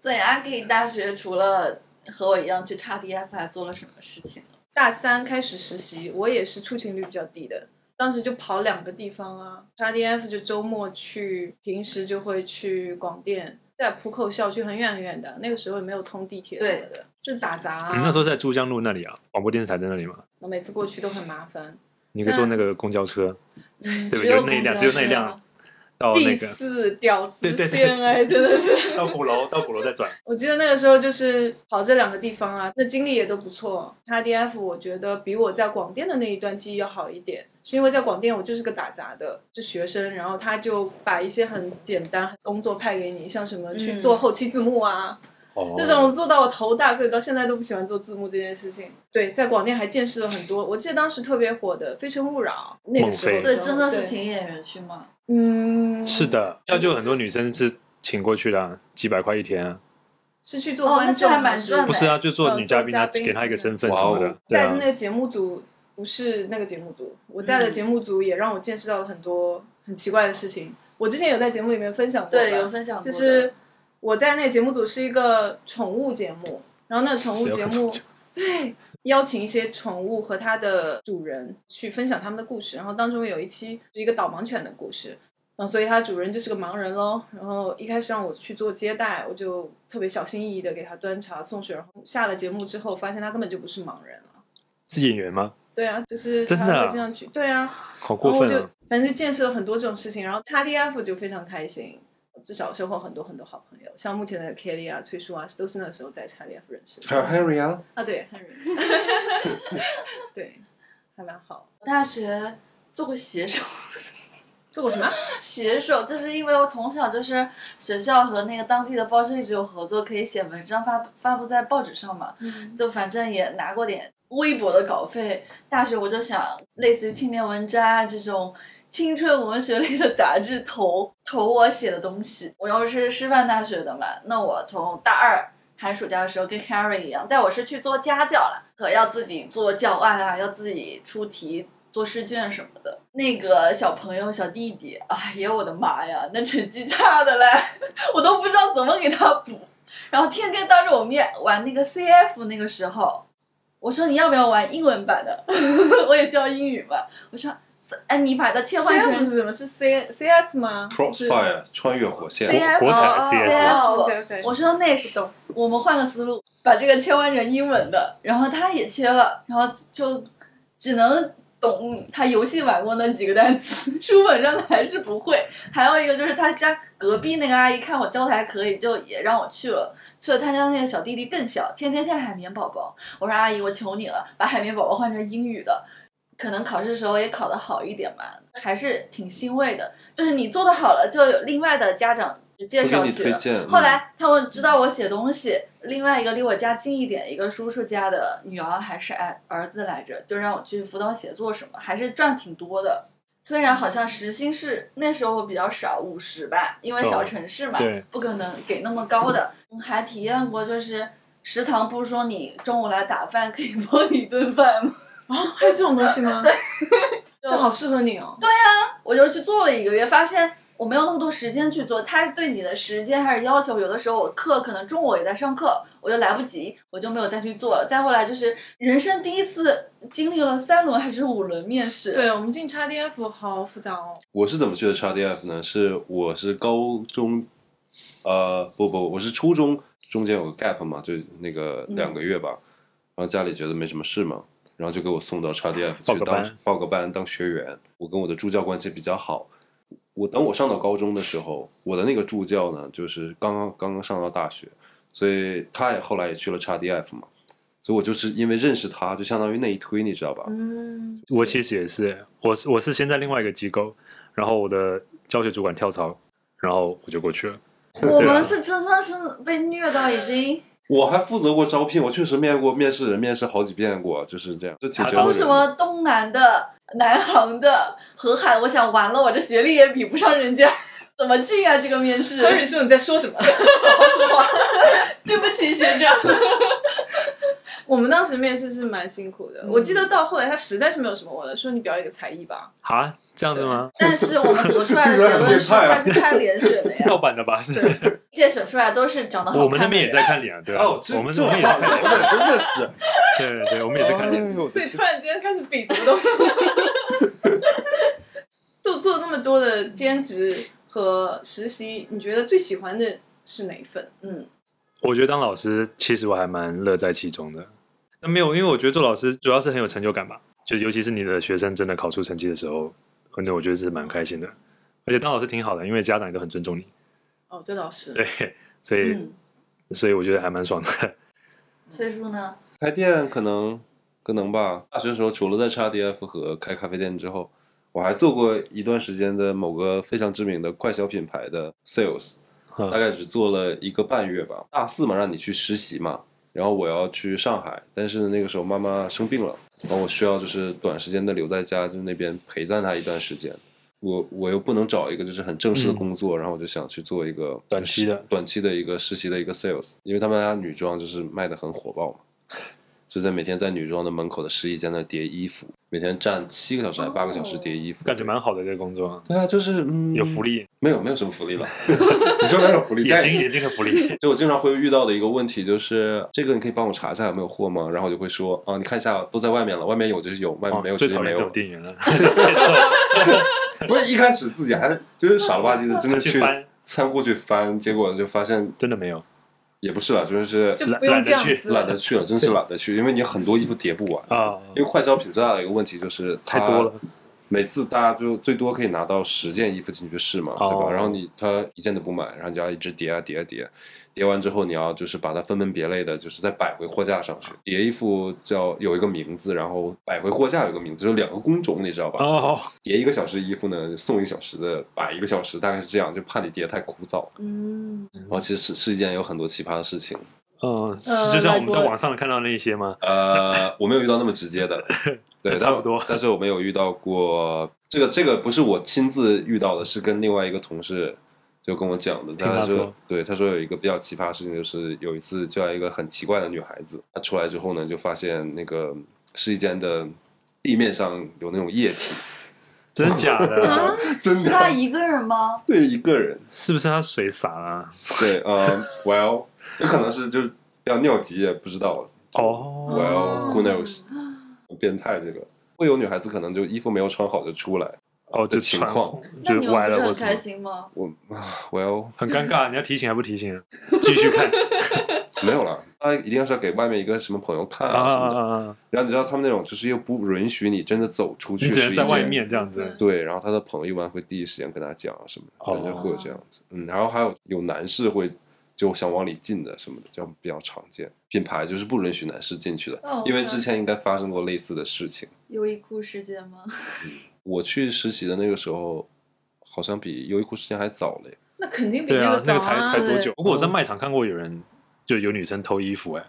所以阿 K 大学除了和我一样去叉 DF，还做了什么事情呢？大三开始实习，我也是出勤率比较低的，当时就跑两个地方啊，RDF 就周末去，平时就会去广电，在浦口校区很远很远的，那个时候也没有通地铁什么的，就打杂、啊。你那时候在珠江路那里啊，广播电视台在那里嘛，我每次过去都很麻烦。你可以坐嗯那个公交车对对只有有那一辆公交只有那一车辆吗到第哦那个四屌丝对对对线哎，真的是。 到鼓楼，到鼓楼再转。我记得那个时候就是跑这两个地方啊，那经历也都不错。KDF 我觉得比我在广电的那一段记忆要好一点，是因为在广电我就是个打杂的，是学生，然后他就把一些很简单的工作派给你，像什么去嗯做后期字幕啊， 哦，那种做到我头大，所以到现在都不喜欢做字幕这件事情。对，在广电还见识了很多，我记得当时特别火的《非诚勿扰》，那个时候孟非所以真的是对请演员去吗？嗯，是的，那就有很多女生是请过去的啊，几百块一天啊。是去做哦观那这众还还蛮是赚的不是啊，就做呃女嘉宾，做嘉她宾给她一个身份什么哇的哦。对在啊那，个节目组不是那个节目组，我在嗯的节目组也让我见识到了很多很奇怪的事情。我之前有在节目里面分享过吧，对，有分享过就的。是我在那个节目组是一个宠物节目，然后那个宠物谁要节看宠物目节邀请一些宠物和它的主人去分享他们的故事，然后当中有一期是一个导盲犬的故事。嗯，所以它主人就是个盲人喽。然后一开始让我去做接待，我就特别小心翼翼的给他端茶送水。然后下了节目之后，发现他根本就不是盲人了。是演员吗？对啊，就是真的他啊会经常去，对啊，好然过后我分就啊！反正就见识了很多这种事情，然后 XDF 就非常开心，至少收获很多很多好朋友，像目前的 Kelly 啊、崔叔啊，都是那时候在 XDF 认识的 Harry 啊，啊，对，Henry，对，还蛮好。大学做过写手，做过什么？啊写手就是因为我从小就是学校和那个当地的报社一直有合作，可以写文章发发布在报纸上嘛，就反正也拿过点微薄的稿费。大学我就想类似于《青年文摘》啊这种。青春文学类的杂志投投我写的东西，我又是师范大学的嘛，那我从大二寒暑假的时候跟 Harry 一样，但我是去做家教了，可要自己做教案啊，要自己出题做试卷什么的。那个小朋友小弟弟，哎呀，我的妈呀，那成绩差的嘞， 我都不知道怎么给他补。然后天天当着我面玩那个 CF，那个时候，我说你要不要玩英文版的？ 我也教英语嘛。我说，哎，你把它切换 CF 是成什么？是 C C S 吗哦 Crossfire 穿越火线， CF 国产 CS， OK OK，我说那是懂我们换个思路，把这个切换成英文的，然后他也切了，然后就只能懂他游戏玩过那几个单词， 书本上的还是不会。还有一个就是他家隔壁那个阿姨看我教的还可以，就也让我去了。去了他家那个小弟弟更小，天天看海绵宝宝。我说阿姨，我求你了，把海绵宝宝换成英语的。可能考试时候也考得好一点吧，还是挺欣慰的。就是你做的好了，就有另外的家长介会给绍你去推嗯了。荐。后来他们知道我写东西，另外一个离我家近一点，一个叔叔家的女儿还是儿儿子来着，就让我去辅导写作什么，还是赚挺多的。虽然好像时薪是那时候比较少，五十吧，因为小城市嘛，哦对不可能给那么高的。嗯还体验过就是食堂不是说你中午来打饭可以包你一顿饭吗？啊，还有这种东西吗？就 这好适合你哦。我就去做了一个月，发现我没有那么多时间去做。他对你的时间还是要求，有的时候我课可能中午也在上课，我就来不及，我就没有再去做了。再后来就是人生第一次经历了三轮还是五轮面试，，对我们进 x D F 好复杂哦。我是怎么去的 XDF 呢？是我是高中，呃，不不，我是初中，中间有个 gap 嘛，就那个两个月吧。然后家里觉得没什么事嘛，然后就给我送到 XDF 报去个当班报个班当学员。我跟我的助教关系比较好。我等我上到高中的时候，我的那个助教呢，就是刚刚刚刚上到大学，所以他也后来也去了 XDF 嘛，所以我就是因为认识他，就相当于那一推，你知道吧？嗯，我其实也是，我是我是先在另外一个机构，然后我的教学主管跳槽，然后我就过去了。我对啊们是真的是被虐到已经，我还负责过招聘，我确实面过面试人，面试好几遍过，就是这样，就挺他折磨都人什的。么东南的、南航的、河海，我想完了，我这学历也比不上人家，怎么进啊？这个面试，何宇说你在说什么？好好说话。对不起学长，我们当时面试是蛮辛苦的，嗯我记得到后来他实在是没有什么我了，说你表演个才艺 吧。哈，这样子吗？ 但是我们得出来的这个结很论变是态啊他是看脸选的呀。盗版的吧？是界选出来都是长得好看的人。 我们那边也在看脸啊，对啊，哦，这我们这我们也在看脸，我真的是，对对对，我们也在看脸。 哎呦我所的以天突然间开始比什么东西， 就做那么多的兼职和实习，你觉得最喜欢的是哪一份？嗯，我觉得当老师其实我还蛮乐在其中的。那没有，因为我觉得做老师主要是很有成就感吧，就尤其是你的学生真的考出成绩的时候，那我觉得是蛮开心的。而且当老师挺好的，因为家长也都很尊重你，哦，这倒是。对，所以、嗯，所以我觉得还蛮爽的。崔叔呢？开店可能可能吧。大学的时候，除了在 XDF 和开咖啡店之后，我还做过一段时间的某个非常知名的快消品牌的 sales，嗯大概只做了一个半月吧。大四嘛，让你去实习嘛，然后我要去上海，但是那个时候妈妈生病了，然后我需要就是短时间的留在家，就那边陪伴她一段时间。我我又不能找一个就是很正式的工作，然后我就想去做一个嗯短期的短期的一个实习的一个 sales，因为他们家女装就是卖的很火爆嘛，就在每天在女装的门口的试衣间那叠衣服，每天站七个小时还是八个小时叠衣服，感觉蛮好的这个工作，对啊，就是嗯有福，利，没有没有什么福利了， 你说哪有福利？。眼睛眼睛的福利就我经常会遇到的一个问题就是，这个你可以帮我查一下有没有货吗？然后我就会说，啊，你看一下，都在外面了，外面有就是有，外面哦 没有最就是讨没厌这种有。店员了，不是一开始自己还就是傻了吧唧的，真的去去翻仓库去翻，结果就发现真的没有也不是了，就是就懒不用这样懒得子去了懒得去了，真是懒得去，因为你很多衣服叠不完。啊，因为快消品最大的一个问题就是它太多了，每次大家就最多可以拿到十件衣服进去试嘛，哦对吧？然后你他一件都不买，然后你就要一直叠啊叠啊叠，叠完之后你要就是把它分门别类的，就是再摆回货架上去。叠衣服叫有一个名字，然后摆回货架有一个名字，就两个工种，你知道吧？哦，叠一个小时衣服呢，送一个小时的，摆一个小时，大概是这样，就怕你叠得太枯燥。嗯，然后其实是是一件有很多奇葩的事情，嗯，是就像我们在来过网上看到那一些吗？呃，我没有遇到那么直 接的，对，差不多但。但是我没有遇到过这个，这个不是我亲自遇到的，是跟另外一个同事就跟我讲的。听他他说说，对，他说有一个比较奇葩的事情，就是有一次叫一个很奇怪的女孩子，她出来之后呢，就发现那个试衣间的。地面上有那种液体， 真假 的？真是他的，一个人吗？对一个人，是不是他水洒了？对啊、呃，well，有可能是就要尿急也不知道哦， ，well who knows，很变态这个会有女孩子可能就衣服没有穿好就出来，哦，就的情穿况红那就你歪们不了或是很什么开，心吗？我啊 well 很尴尬。你要提醒还不提 醒？啊继续看没有啦，他一定是要给外面一个什么朋友看啊啊什啊么的，啊！啊然后你知道他们那种就是又不允许你真的走出去，你只是能一在外件面这样子。对，然后他的朋友一般会第一时间跟他讲啊什么的，哦感觉会有这样子。嗯，然后还有有男士会就想往里进的什么的，这样比较常见。品牌就是不允许男士进去的，哦因为之前应该发生过类似的事情。优衣库事件吗？我去实习的那个时候，好像比优衣库时间还早嘞。那肯定比对啊，那个那个早才才多对久？不过我在卖场看过有人就有女生偷衣服，哎，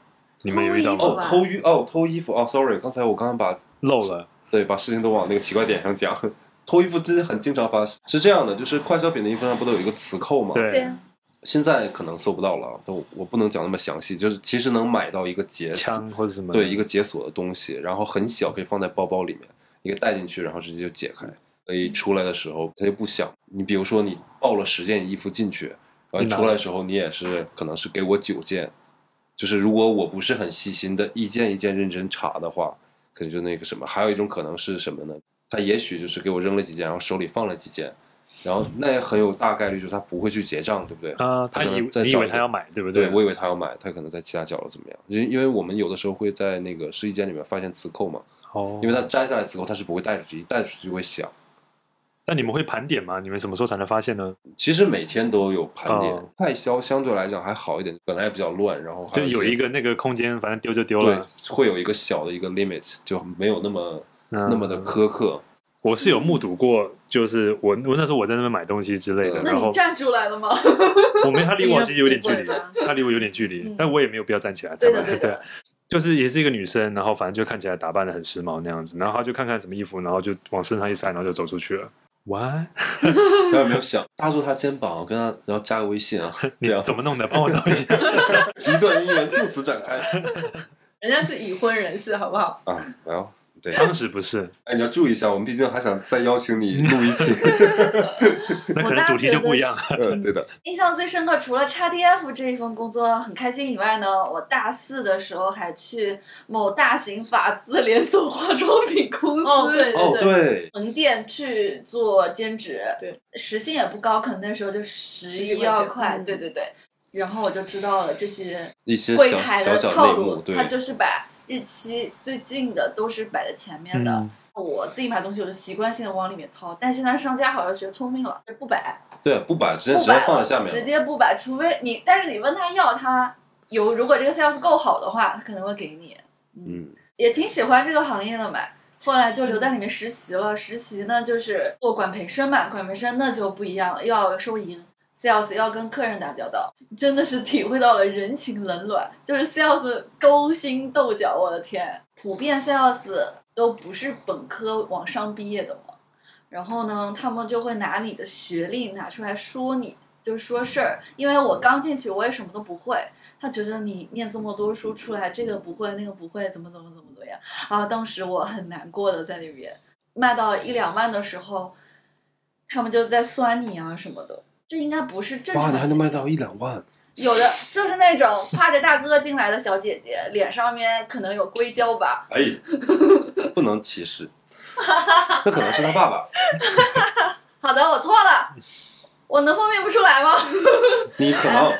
你们有遇到偷衣吗服？吧衣哦，偷衣服哦，sorry，刚才我刚刚把漏了对，把事情都往那个奇怪点上讲。 偷衣服真的很经常发生，是这样的，就是快消品的衣服上不都有一个磁扣吗？对对啊呀，现在可能搜不到了啊，我我不能讲那么详细，就是其实能买到一个解锁，枪或者什么？对一个解锁的东西，然后很小，可以放在包包里面，你给带进去，然后直接就解开，所以出来的时候它就不响。你比如说你抱了十件衣服进去，然后你你拿出来的时候你也是可能是给我九件，就是如果我不是很细心的一件一件认真查的话，可能就那个什么。还有一种可能是什么呢？他也许就是给我扔了几件，然后手里放了几件。然后那也很有大概率就是他不会去结账，对不对？啊，他可能以在你以找为一他个要买，对不对我以为他要买，他可能在其他角落怎么样？因因为我们有的时候会在那个试衣间里面发现磁扣嘛，哦，因为他摘下来磁扣他是不会带出去，一带出去就会响。那你们会盘点吗？你们什么时候才能发现呢？其实每天都有盘点哦，快销相对来讲还好一点，本来也比较乱，然后还就有一些个那个空间，反正丢就丢对了。，会有一个小的一个 limit，就没有那么那那么的苛刻。嗯我是嗯有目睹过，就是我我那时候我在那边买东西之类的，嗯那然你后站出来了吗？ 我没他离我其实有点距你离应该不，他离我有点距离嗯，但我也没有必要站起来。对坦 的，白对的，就是也是一个女生，然后反正就看起来打扮的很时髦那样子，然后她就看看什么衣服，然后就往身上一塞，然后就走出去了。完，然后有没有想搭住他肩膀，啊跟他然后加个微信啊， 你这样怎么弄的？帮我弄一下。一段姻缘就此展 开人家是已婚人士，好不好？啊！然后对，当时不是，哎，你要注意一下，我们毕竟还想再邀请你录 一期。 那可我能大主题学就的不一样。呃，对的，印象最深刻，除了 XDF 这一份工作很开心以外呢，我大四的时候还去某大型法资连锁化妆品公司、哦，对哦对对，对，门店去做兼职，对，时薪也不高，可能那时候就十十几一块钱二块，嗯对对对。然后我就知道了这些一些柜小台小的小套内幕，路，对他，就是把日期最近的都是摆在前面的。嗯，我自己买东西，我就习惯性的往里面掏，但现在商家好像学聪明了，不摆，对，不摆，直接不直接摆放了在下面直了。接不摆，除非你，但是你问他要，他有，如果这个 sales 够好的话，他可能会给你。嗯，也挺喜欢这个行业的嘛。后来就留在里面实习了，实习呢就是做管培生嘛，管培生那就不一样了，又要收银，sales 要跟客人打交道，真的是体会到了人情冷暖，就是 sales 勾心斗角，我的天，普遍 sales 都不是本科往上毕业的嘛，然后呢，他们就会拿你的学历拿出来说你，就是说事儿，因为我刚进去我也什么都不会，他觉得你念这么多书出来，这个不会那个不会，怎么怎么怎么怎么样啊！当时我很难过的在那边，卖到一两万的时候，他们就在酸你啊什么的，这应该不是正常哇，现你象。还能卖到一两万？有的就是那种挎着大哥进来的小姐姐，脸上面可能有硅胶吧， 哎，不能 歧视，那可能是他爸爸。好的，我错了，我能分辨不出来吗？你 可能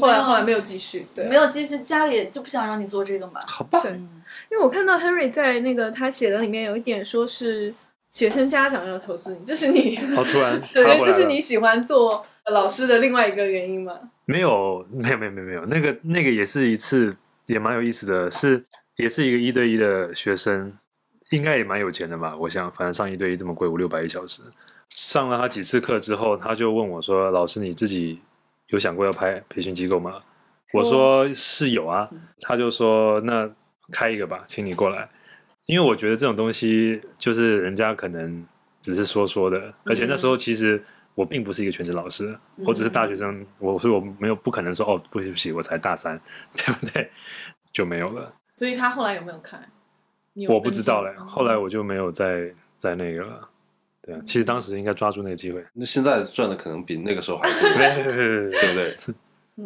后来后来没有继续，对，啊没有继续，家里就不想让你做这个嘛。好吧对嗯，因为我看到 Henry 在那个他写的里面有一点说是学生家长要投资你，这是你好突然插回来 对，了。这是你喜欢做老师的另外一个原因吗？没有，没有，没有，没有，没有。那个那个也是一次，也蛮有意思的，是也是一个一对一的学生，应该也蛮有钱的吧？我想，反正上一对一这么贵，五六百一小时。上了他几次课之后，他就问我说：“老师，你自己有想过要拍培训机构吗？”我说：“是有啊。”他就说：“那开一个吧，请你过来。”因为我觉得这种东西就是人家可能只是说说的，而且那时候其实我并不是一个全职老师，我只是大学生，我所以我没有不可能说哦，对不起，我才大三，对不对？就没有了。所以他后来有没有看？你有我不知道嘞跟，进后来我就没有再再那个了。对啊，其实当时应该抓住那个机会。 那现在赚的可能比那个时候还多，对不 对？嗯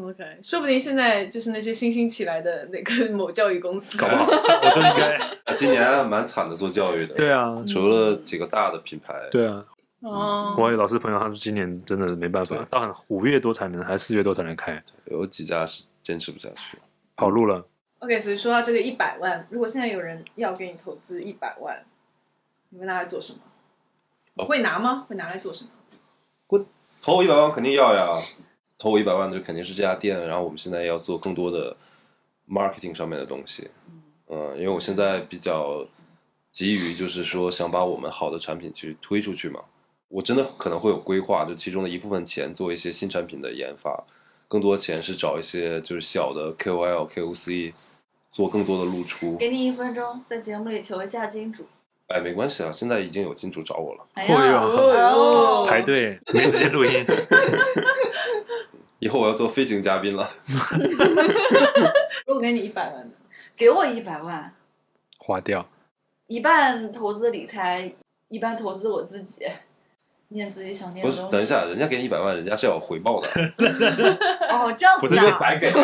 OK，说不定现在就是那些新兴起来的那个某教育公司，搞不好我就应该啊今年蛮惨的，做教育的， 对啊，除了几个大的品牌，对啊。哦，我有老师朋友，他们今年真的没办法对，到很五月多才能，还是四月多才能开，有几家是坚持不下去。跑路了。 OK，所以说到这个一百万，如果现在有人要给你投资一百万，你会拿来做什么？哦会拿吗？会拿来做什么？投我一百万肯定要呀，投我一百万就肯定是这家店。然后我们现在要做更多的 marketing 上面的东西，嗯，因为我现在比较急于就是说想把我们好的产品去推出去嘛。我真的可能会有规划，就其中的一部分钱做一些新产品的研发，更多钱是找一些就是小的 KOL、KOC 做更多的露出。给你一分钟，在节目里求一下金主。哎，没关系啊，现在已经有金主找我了，哎哎呀，呦哦排队没时间录音，以后我要做飞行嘉宾了。如果给你一百万呢？给我一百万， 花掉。一半投资理财，一半投资我自己，念自己想念不的是东，西。等一下，人家给你一百万，人家是要有回报的， 哦，这样不子是啊，白给。不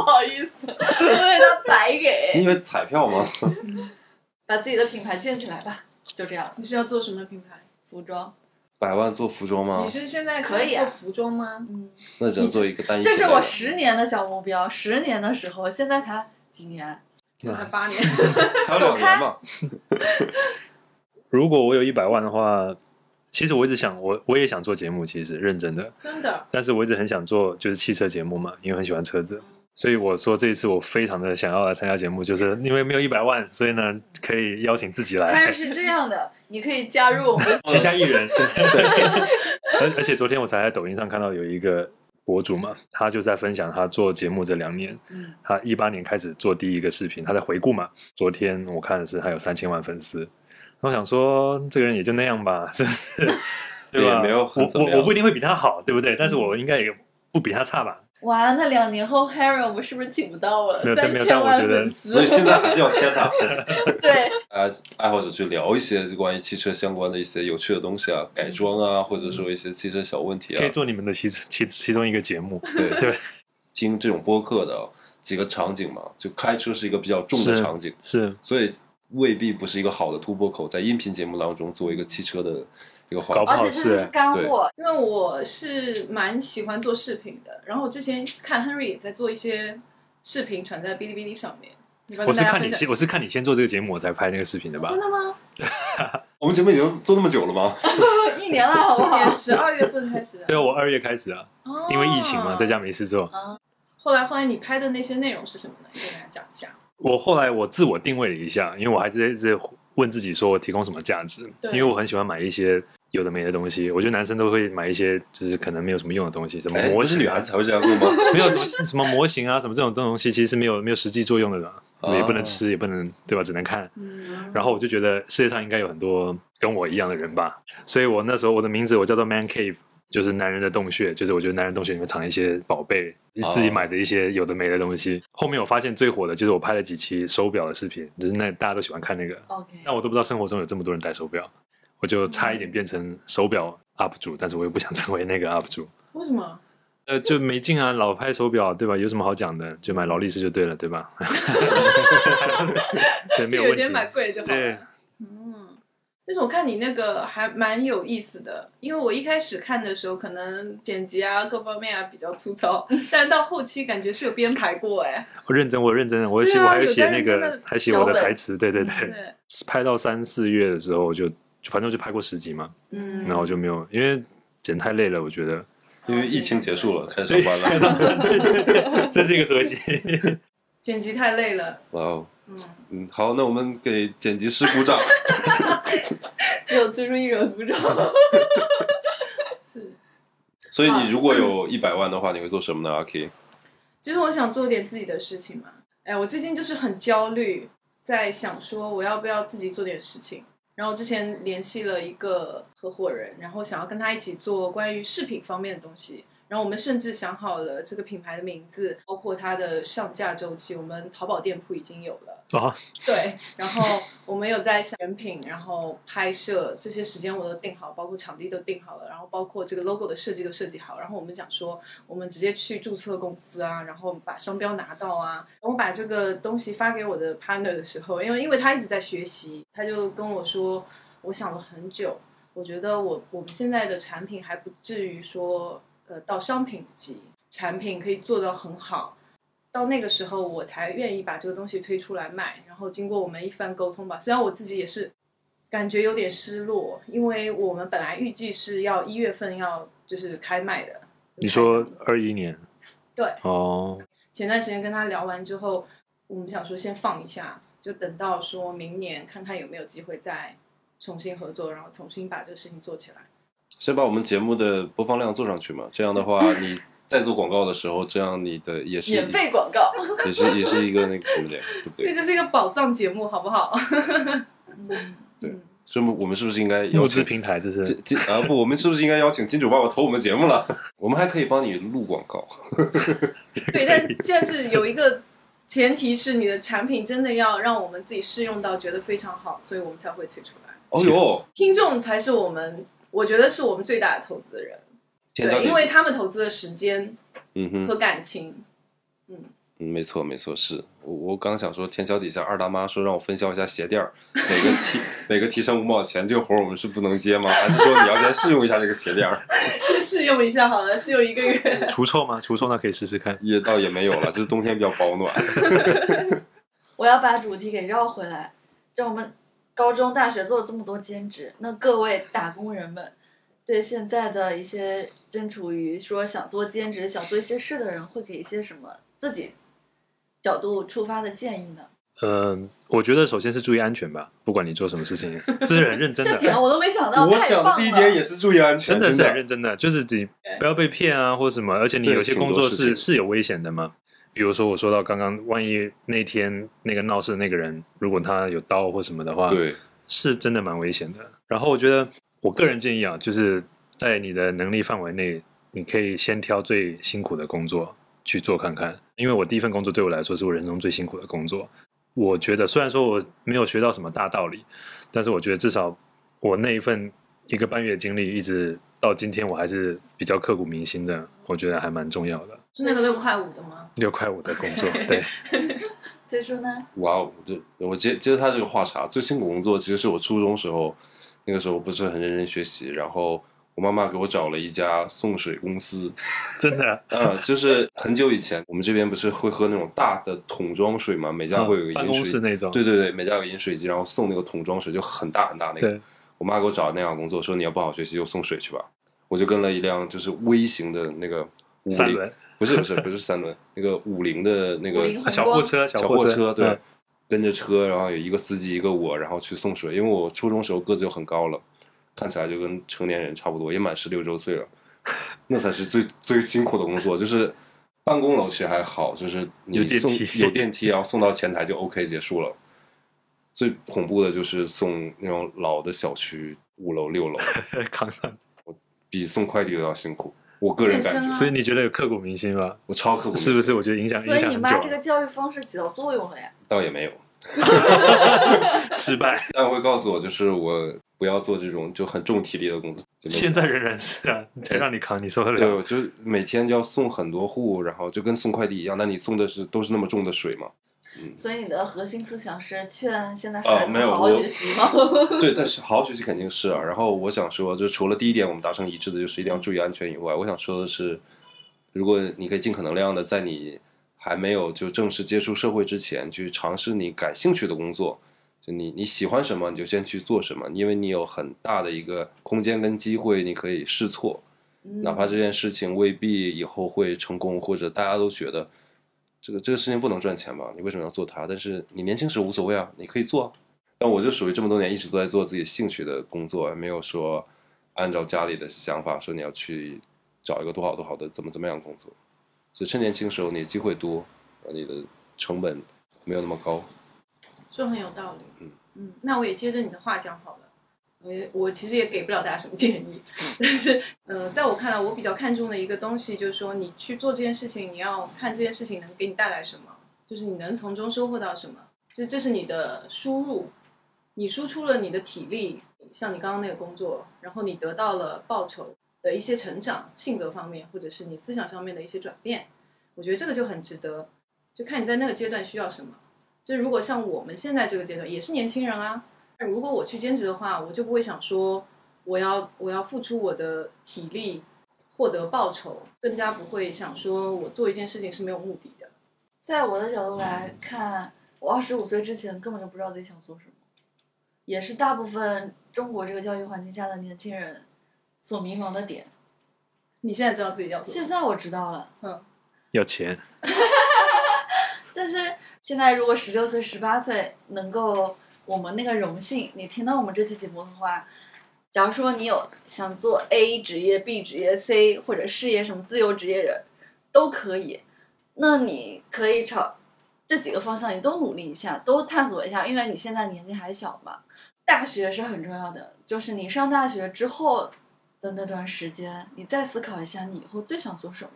好意思，因为他白你给，以为彩票吗？把自己的品牌建起来吧，就这样，你是要做什么品牌？服装。百万做服装吗你？是现在哦可以啊做服装吗？嗯，那只能做一个单一。这是我。十年的小目标，十年的时候，现在才几 年？现在八年， 还有两年嘛？如果我有一百万的话，其实我一直想，我我也想做节目，其实认真的，真的但是我一直很想做就是汽车节目嘛，因为很喜欢车子，所以我说这一次我非常的想要来参加节目，就是因为没有一百万，所以呢可以邀请自己但来，是是这样的，你可以加入我们旗下艺人。 而而且昨天我才在抖音上看到有一个博主嘛，他就在分享他做节目这两年，嗯他一八年开始做第一个视频，他在回顾嘛。昨天我看的是他有三千万粉丝，然后我想说这个人也就那样吧，是不 是？对吧？也没有我很怎么样我我不一定会比他好，对不对？但是我应该也不比他差吧？哇，那两年后 Harry 我们是不是请不到了没有但三没有千万但我觉得粉丝？所以现在还是要签他。 对，大家爱好者去聊一些关于汽车相关的一些有趣的东西啊，嗯改装啊，或者说一些汽车小问题啊可以。做你们的其其其中一个节目， 对对，听这种播客的几个场景嘛，就开车是一个比较重的是场景，是所以未必不是一个好的突破口，在音频节目当中做一个汽车的这个搞环不节。好而且这就是干货，因为我是蛮喜欢做视频的，然后我之前看 Henry 也在做一些视频，传在哔哩哔哩上面。你要我跟是大家看你分先，享哦我是看你先做这个节目，我才拍那个视频的吧真？的吗？我们节目已经做那么久了吗？一年了，好不 去好年？十二月份开始的，对，我二月开始啊，哦因为疫情嘛，在。家没事做。后来后来你拍的那些内容是什么呢？你给大家讲一下。我后来我自我定位了一下，因为我还是在问自己说我提供什么价值，对因为我很喜欢买一些有的没的东西。我觉得男生都会买一些就是可能没有什么用的东西，什么哎，模不型、是啊女孩子才会这样做吗？ 没有什么什么模型啊，什么这种这种东西其实是没有没有实际作用的啦，哦也不能吃，也不能对吧？只能看。嗯，然后我就觉得世界上应该有很多跟我一样的人吧，所以我那时候我的名字我叫做 Man Cave，就是男人的洞穴，就是我觉得男人洞穴里面藏一些宝贝，自己买的一些有的没的东西。后面我发现最火的就是我拍了几期手表的视频，就是那大家都喜欢看那个， OK，但我都不知道生活中有这么多人戴手表，我就差一点变成手表 UP 主，但是我又不想成为那个 UP 主。为什么？呃，就没劲啊，老拍手表对吧？有什么好讲的？就买劳力士就对了，对吧？ 对，没这有个问直接题。买贵就好对了。，嗯，但是我看你那个还蛮有意思的，因为我一开始看的时候，可能剪辑啊各方面啊比较粗糙， 但到后期感觉是有编排过哎。我认真，我认真，我对啊写、我还有在写那认真个地，还写我的脚本台词，对对对。嗯对， 拍到三四月的时候，我就就反正就拍过十集嘛，嗯然后我就没有，因为剪太累了，我觉 得。因为疫情结束了，开始上班了。这是一个核心。 剪辑太累了。哇哦，嗯，嗯，好，那我们给剪辑师鼓 掌。只有最终一人鼓掌。 是。所以你如果有一百万的话，你会做什么呢？阿 K，其实我想做点自己的事情嘛。哎，我最近就是很焦虑，在想说我要不要自己做点事情。然后之前联系了一个合伙人，然后想要跟他一起做关于饰品方面的东西。然后我们甚至想好了这个品牌的名字，包括它的上架周期，我们淘宝店铺已经有了。啊，对，然后我们有在选品，然后拍摄这些时间我都定好，包括场地都定好了，然后包括这个 logo 的设计都设计好。然后我们想说，我们直接去注册公司啊，然后把商标拿到啊。然后把这个东西发给我的 partner 的时候，因为因为他一直在学习，他就跟我说，我想了很久，我觉得我我们现在的产品还不至于说呃到商品级，产品可以做到很好。到那个时候，我才愿意把这个东西推出来卖。然后经过我们一番沟通吧，虽然我自己也是感觉有点失落，因为我们本来预计是要一月份要就是开卖的。你说二一年对，哦，前段时间跟他聊完之后，我们想说先放一下，就等到说明年看看有没有机会再重新合作，然后重新把这个事情做起来。先把我们节目的播放量做上去嘛，这样的 话你在做广告的时候，这样你的也是免费广告， 也是也是一个那个什么点，对不所以对？ 这是一个宝藏节目，好不好？ 嗯，所以我们是不是应该募邀资请平台这是金金啊不，我们是不是应该邀请金主爸爸投我们节目了？我们还可以帮你录广告，对，但现在是有一个前提是你的产品真的要让我们自己试用到觉得非常好，所以我们才会推出来。哦呦，听众才是我们，我觉得是我们最大的投资人，天造对，地因设为他们投资的时间嗯哼。和感情。嗯，没错，没错，是我我刚想说，天桥底下二大妈说让我分销一下鞋垫儿，哪个提哪个提成五毛钱，这个活儿我们是不能接吗？还是说你要先试用一下这个鞋垫儿？ 先 试用一下好了，试用一个月。除臭吗？除臭那可以试试看。也倒也没有了，就是冬天比较保暖。我要把主题给绕回来。就我们高中、大学做了这么多兼职，那各位打工人们，对现在的一些正处于说想做兼职、想做一些事的人，会给一些什么自己角度出发的建议呢？嗯，我觉得首先是注意安全吧，不管你做什么事情，这是很认真这的。点我都没想到，我哦太想棒了！的第一点也是注意安全，真的真是很认真的，就是你不要被骗啊，或什么。而且你对有些挺多工作事是情是有危险的嘛，比如说我说到刚刚，万一那天那个闹事的那个人，如果他有刀或什么的话，对，是真的蛮危险的。然后我觉得，我个人建议啊，就是在你的能力范围内，你可以先挑最辛苦的工作去做看看。因为我第一份工作对我来说是我人生中最辛苦的工作。我觉得虽然说我没有学到什么大道理，但是我觉得至少我那一份一个半月的经历，一直到今天，我还是比较刻骨铭心的。我觉得还蛮重要的。 是那个六块五的吗？六块五的工作， 对，所以说呢，哇哦，这我接接着他这个话茬，最辛苦工作其实是我初中时候，那个时候不是很认真学习，然后我妈妈给我找了一家送水公司，真的啊嗯，就是很久以前，我们这边不是会喝那种大的桶装水嘛，每家会有一个饮啊水、办公室那种对对对，每家有饮水机，然后送那个桶装水，就很大很大那个对。我妈给我找那样的工作，说你要不好学习就送水去吧。我就跟了一辆就是微型的那个五三菱轮，啊不是不是不是三轮，那个五菱的那五个菱宏小光货车，小货货车，对，嗯跟着车，然后有一个司机一个我，然后去送水。因为我初中时候个子就很高了，看起来就跟成年人差不多，也满十六周岁了， 那才是最最辛苦的工作。就是办公楼其实还好，就是有你电送梯有电梯，然后送到前台就 OK 结束了。最恐怖的就是送那种老的小区五楼 六楼， 扛上。比送快递都要辛苦。我个人健嗯感身觉啊所以你觉得有刻骨铭心吗？我超刻苦，是不是？？我觉得影响所影以响你很妈这久个啊，教育方式起到作用了呀。倒也没有，失败，但会告诉我，就是我不要做这种就很重体力的工作。现在仍然是啊，谁让你扛，你受得对，了？我就每天就要送很多户，然后就跟送快递一样。那你送的是都是那么重的水吗？ 所以你的核心思想是劝现在哦啊孩子没有们好好我学习吗？ 对，但是好好学习肯定是啊。然后我想说，就除了第一点我们达成一致的，就是一定要注意安全以外，我想说的是，如果你可以尽可能量的在你还没有就正式接触社会之前，去尝试你感兴趣的工作。就你你喜欢什么，你就先去做什么，因为你有很大的一个空间跟机会，你可以试错。嗯哪怕这件事情未必以后会成功，或者大家都觉得这个这个事情不能赚钱吧，你为什么要做它？但是你年轻时无所谓啊，你可以做啊。但我就属于这么多年一直都在做自己兴趣的工作，没有说按照家里的想法说你要去找一个多好多好的怎么怎么样工作。所以趁年轻时候你的机会多，呃你的成本没有那么高。说很有道理。嗯嗯，那我也接着你的话讲好了。我也我其实也给不了大家什么建议，但是呃，在我看来，我比较看重的一个东西就是说，你去做这件事情，你要看这件事情能给你带来什么，就是你能从中收获到什么，其实这是你的输入，你输出了你的体力，像你刚刚那个工作，然后你得到了报酬的一些成长，性格方面或者是你思想上面的一些转变，我觉得这个就很值得，就看你在那个阶段需要什么。就如果像我们现在这个阶段，也是年轻人啊，如果我去兼职的话，我就不会想说我要我要付出我的体力获得报酬，更加不会想说我做一件事情是没有目的的。在我的角度来看，我二十五岁之前根本就不知道自己想做什么，也是大部分中国这个教育环境下的年轻人所迷茫的点。你现在知道自己要做什现么，在我知道了，要钱，就是现在，如果十六岁、十八岁能够我们那个荣幸，你听到我们这期节目的话，假如说你有想做 A 职业、B 职业、C 或者事业什么自由职业人，都可以。那你可以朝这几个方向，你都努力一下，都探索一下，因为你现在年纪还小嘛。大学是很重要的，就是你上大学之后的那段时间，你再思考一下你以后最想做什么。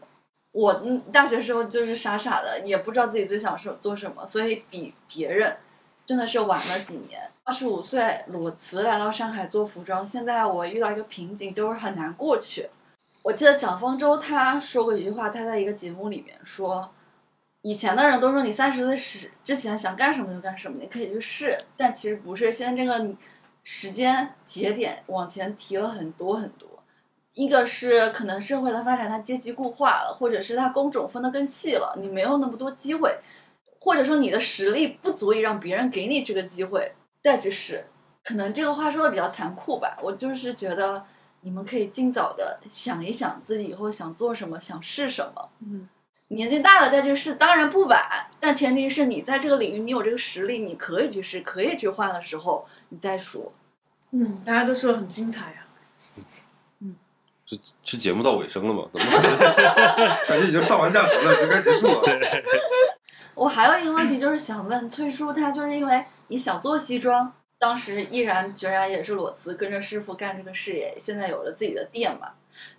我嗯大学时候就是傻傻的，也不知道自己最想是做什么，所以比别人真的是晚了几年。二十五岁裸辞来到上海做服装，现在我遇到一个瓶颈，就是很难过去。我记得蒋方舟他说过一句话，他在一个节目里面说，以前的人都说你三十岁时之前想干什么就干什么，你可以去试，但其实不是，现在这个时间节点往前提了很多很多。一个是可能社会的发展，它阶级固化了，或者是它工种分得更细了，你没有那么多机会，或者说你的实力不足以让别人给你这个机会再去试。可能这个话说的比较残酷吧，我就是觉得你们可以尽早的想一想自己以后想做什么，想试什么。嗯，年纪大了再去试当然不晚，但前提是你在这个领域你有这个实力，你可以去试，可以去换的时候你再说。嗯，大家都说的很精彩啊。是是节目到尾声了吗？怎么感觉已经上完价值了，就该结束了。我还有一个问题就是想问 崔叔，他就是因为你想做西装，当时毅然决然也是裸辞，跟着师傅干这个事业，现在有了自己的店嘛，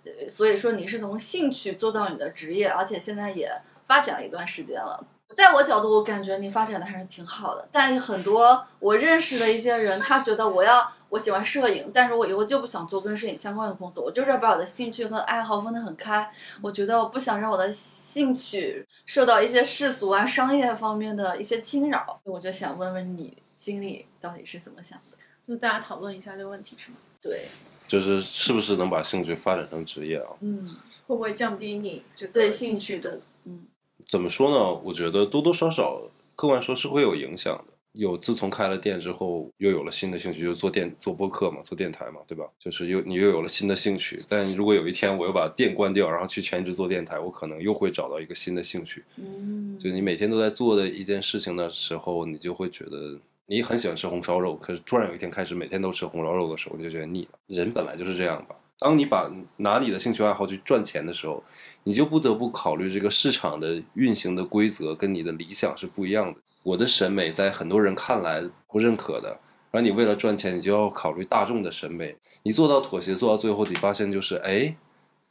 呃所以说你是从兴趣做到你的职业，而且现在也发展了一段时间了。在我角度，我感觉你发展的还是挺好的，但很多我认识的一些人，他觉得我要我喜欢摄影，但是我以后就不想做跟摄影相关的工作，我就是要把我的兴趣跟爱好分得很开。我觉得我不想让我的兴趣受到一些世俗啊、商业方面的一些侵扰，我就想问问你心里到底是怎么想的？就大家讨论一下这个问题是吗？对，就是是不是能把兴趣发展成职业啊？嗯，会不会降低你这个对兴呃兴趣趣的的？，嗯，怎么说呢？我觉得多多少少，客观说是会有影响的。有自从开了店之后，又有了新的兴趣，就做电做播客嘛，做电台嘛，对吧？就是又你又有了新的兴趣。但如果有一天我又把店关掉，然后去全职做电台，我可能又会找到一个新的兴趣。嗯，就你每天都在做的一件事情的时候，你就会觉得你很喜欢吃红烧肉，可是突然有一天开始每天都吃红烧肉的时候，你就觉得腻了。人本来就是这样吧。当你把拿你的兴趣爱好去赚钱的时候，你就不得不考虑这个市场的运行的规则跟你的理想是不一样的。我的审美在很多人看来不认可的，然后你为了赚钱，你就要考虑大众的审美。你做到妥协，做到最后，你发现就是，哎，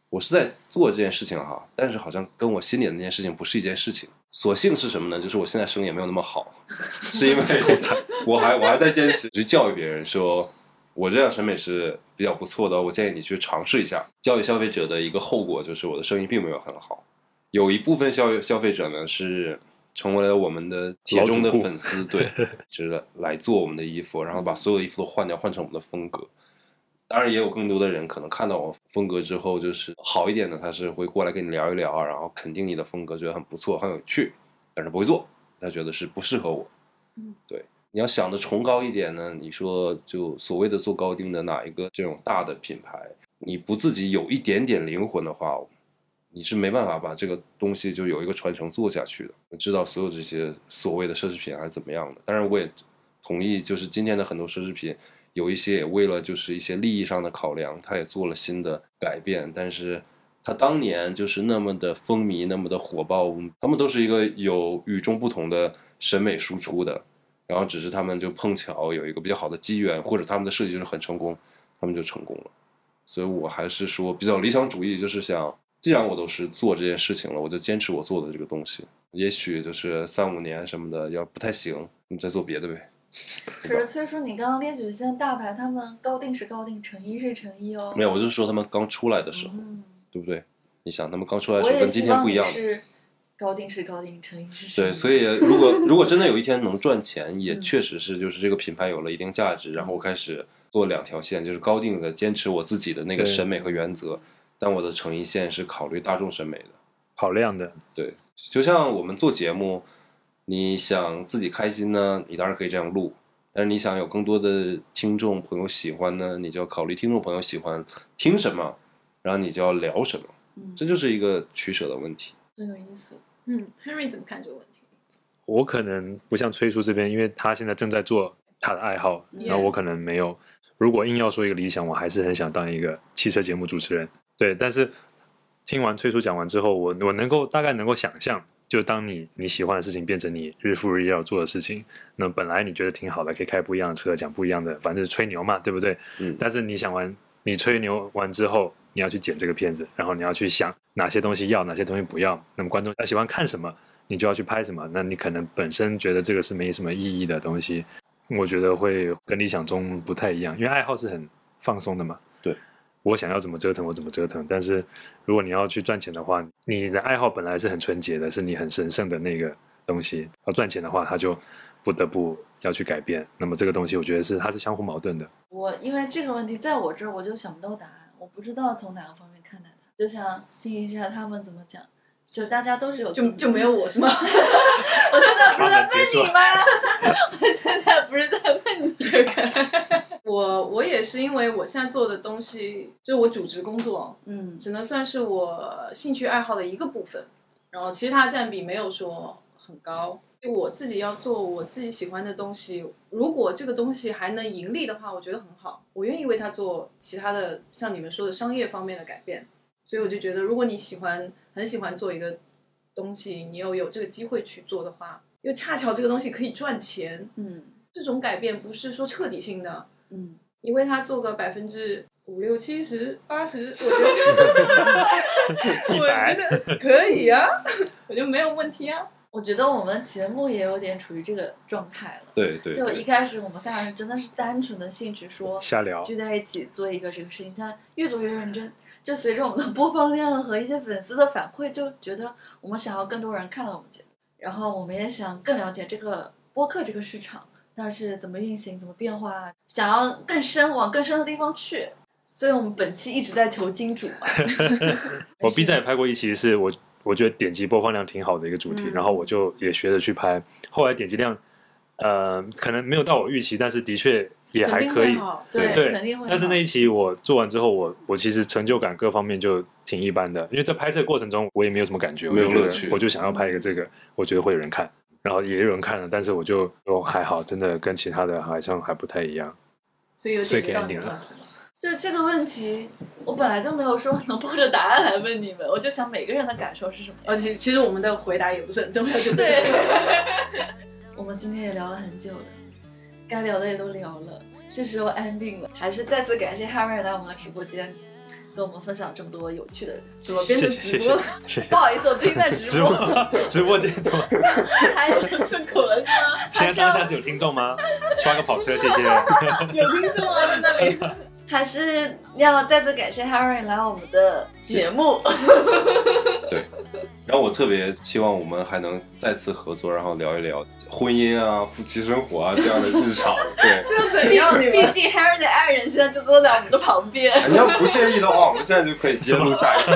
我是在做这件事情哈，但是好像跟我心里的那件事情不是一件事情。所幸是什么呢？就是我现在生意也没有那么好，是因为我还我还在坚持去教育别人说，我这样审美是比较不错的，我建议你去尝试一下。教育消费者的一个后果就是我的生意并没有很好，有一部分消消费者呢是成为了我们的铁中的老主顾粉丝，对，就是来做我们的衣服，然后把所有的衣服都换掉，换成我们的风格。当然，也有更多的人可能看到我风格之后，就是好一点的，他是会过来跟你聊一聊，然后肯定你的风格，觉得很不错，很有趣，但是不会做，他觉得是不适合我。嗯，对，你要想的崇高一点呢，你说就所谓的做高定的哪一个这种大的品牌，你不自己有一点点灵魂的话，你是没办法把这个东西就有一个传承做下去的。我知道所有这些所谓的奢侈品还是怎么样的，当然我也同意，就是今天的很多奢侈品有一些也为了就是一些利益上的考量，它也做了新的改变，但是。它当年就是那么的风靡，那么的火爆，他们都是一个有与众不同的审美输出的，然后只是他们就碰巧有一个比较好的机缘，或者他们的设计就是很成功，他们就成功了。所以我还是说比较理想主义，就是想，既然我都是做这件事情了，我就坚持我做的这个东西。也许就是三五年什么的，要不太行，你再做别的呗。可是崔叔，你刚刚列举现在大牌他们高定是高定，成衣是成衣哦。没有，我就是说他们刚出来的时候，嗯，对不对？你想，他们刚出来的我时候也跟今希天望不一你样的。是高定是高定，成衣是成衣。对，所以如果如果真的有一天能赚钱，也嗯确实是就是这个品牌有了一定价值，然后我开始做两条线，就是高定的坚持我自己的那个对审美和原则，但我的成衣线是考虑大众审美的。跑量的，对，就像我们做节目，你想自己开心呢，你当然可以这样录。但是你想有更多的听众朋友喜欢呢，你就要考虑听众朋友喜欢听什么，然后你就要聊什么，嗯，这就是一个取舍的问题。很有意思。嗯，Henry 怎么看这个问题？我可能不像崔叔这边，因为他现在正在做他的爱好， Yeah 然后我可能没有。如果硬要说一个理想，我还是很想当一个汽车节目主持人。对，但是听完崔叔讲完之后，我我能够大概能够想象，就当你你喜欢的事情变成你日复日夜要做的事情，那本来你觉得挺好的，可以开不一样的车，讲不一样的，反正吹牛嘛，对不对？嗯但是你想完，你吹牛完之后，你要去剪这个片子，然后你要去想哪些东西要，哪些东西不要。那么观众他喜欢看什么，你就要去拍什么。那你可能本身觉得这个是没什么意义的东西，我觉得会跟理想中不太一样，因为爱好是很放松的嘛。对，我想要怎么折腾我怎么折腾。但是如果你要去赚钱的话，你的爱好本来是很纯洁的，是你很神圣的那个东西。要赚钱的话，他就不得不要去改变。那么这个东西，我觉得是它是相互矛盾的。我因为这个问题在我这儿我就想不到答案，我不知道从哪个方面看待它，就想听一下他们怎么讲。就大家都是有自己就就 没有我是吗？ 我现在不是在好结束问你吗？ 我现在不是在问你。我我也是因为我现在做的东西，就是我主职工作，嗯只能算是我兴趣爱好的一个部分。然后其实它占比没有说很高。我自己要做我自己喜欢的东西，如果这个东西还能盈利的话，我觉得很好，我愿意为它做其他的，像你们说的商业方面的改变。所以我就觉得，如果你喜欢很喜欢做一个东西，你又有这个机会去做的话，又恰巧这个东西可以赚钱，嗯这种改变不是说彻底性的，嗯，你为他做个百分之五六七十八十，我觉得 我觉得可以啊，我觉得没有问题啊。我觉得我们节目也有点处于这个状态了。对对就一对，开始我们三个人真的是单纯的兴趣说瞎聊，聚在一起做一个这个事情，但越做越认真。就随着我们的播放量和一些粉丝的反馈，就觉得我们想要更多人看到我们节目，然后我们也想更了解这个播客这个市场，它是怎么运行、怎么变化，想要更深往更深的地方去。所以我们本期一直在求金主嘛，我 B 站也拍过一期，是我我觉得点击播放量挺好的一个主题，嗯然后我就也学着去拍，后来点击量，呃，可能没有到我预期，但是的确也还可以。对，对肯定会好。但是那一期我做完之后，我我其实成就感各方面就挺一般的，因为在拍摄过程中我也没有什么感觉，我就没有觉得乐趣我就想要拍一个这个，我觉得会有人看，然后也有人看了，但是我就我还好，真的跟其他的好像还不太一样。所以有解决到所以给你 ending 们了问题吗就这个问题，我本来就没有说能抱着答案来问你们，我就想每个人的感受是什么样。而且其实我们的回答也不是很重要，对不对 对？，我们今天也聊了很久了，该聊的也都聊了，是时候 ending 了。还是再次感谢 Harry 来我们的直播间，跟我们分享这么多有趣的。怎么变谢成谢谢直播谢了？谢不谢。好意思，我最近在直直播， 播直播间怎么？还顺口了是吗？ 现在当下是有听众吗？刷个跑车，谢谢。有听众啊，在那里。还是要再次感谢 Harry 来我们的节目。然后我特别期望我们还能再次合作，然后聊一聊婚姻啊、夫妻生活啊这样的日常。对， 这样怎毕 样？你毕们竟 Harry 的爱人现在就坐在我们的旁边。你要不介意的话，我们现在就可以接录下一期。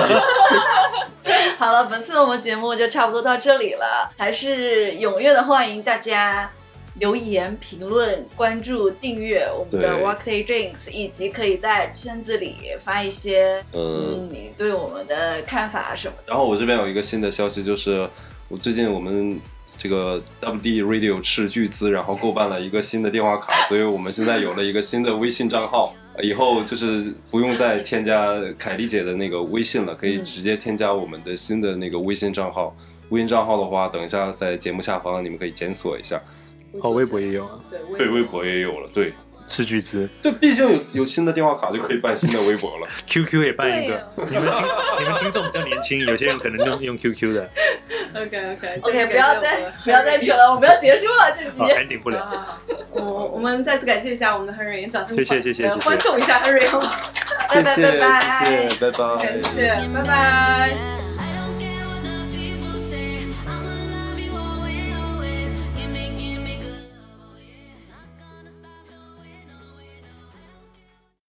好了，本次我们节目就差不多到这里了，还是踊跃的欢迎大家留言、评论、关注、订阅我们的对 Workday Drinks，以及可以在圈子里发一些嗯，嗯你对我们的看法什么的。然后我这边有一个新的消息，就是我最近我们这个 WD Radio 斥巨资，然后购办了一个新的电话卡，所以我们现在有了一个新的微信账号。呃以后就是不用再添加凯丽姐的那个微信了，可以直接添加我们的新的那个微信账号。微信账号的话，等一下在节目下方你们可以检索一下。会哦，做微起博来也有啊，对微对，微博也有了，对斥巨资对，毕竟有有新的电话卡就可以办新的微博了。 ，QQ 也办一对个。你们听你们听众比较年轻，有些人可能用用 QQ 的， OK OK OK，不要再不要再扯了，我们要结束了这 好集。 ，ending 哦不了。好好好，我我们再次感谢一下我们的 Henry，掌声谢谢欢谢谢呃谢谢欢送一下 Henry，好吗 拜谢拜谢谢拜拜谢，拜拜。感谢，拜拜。拜拜。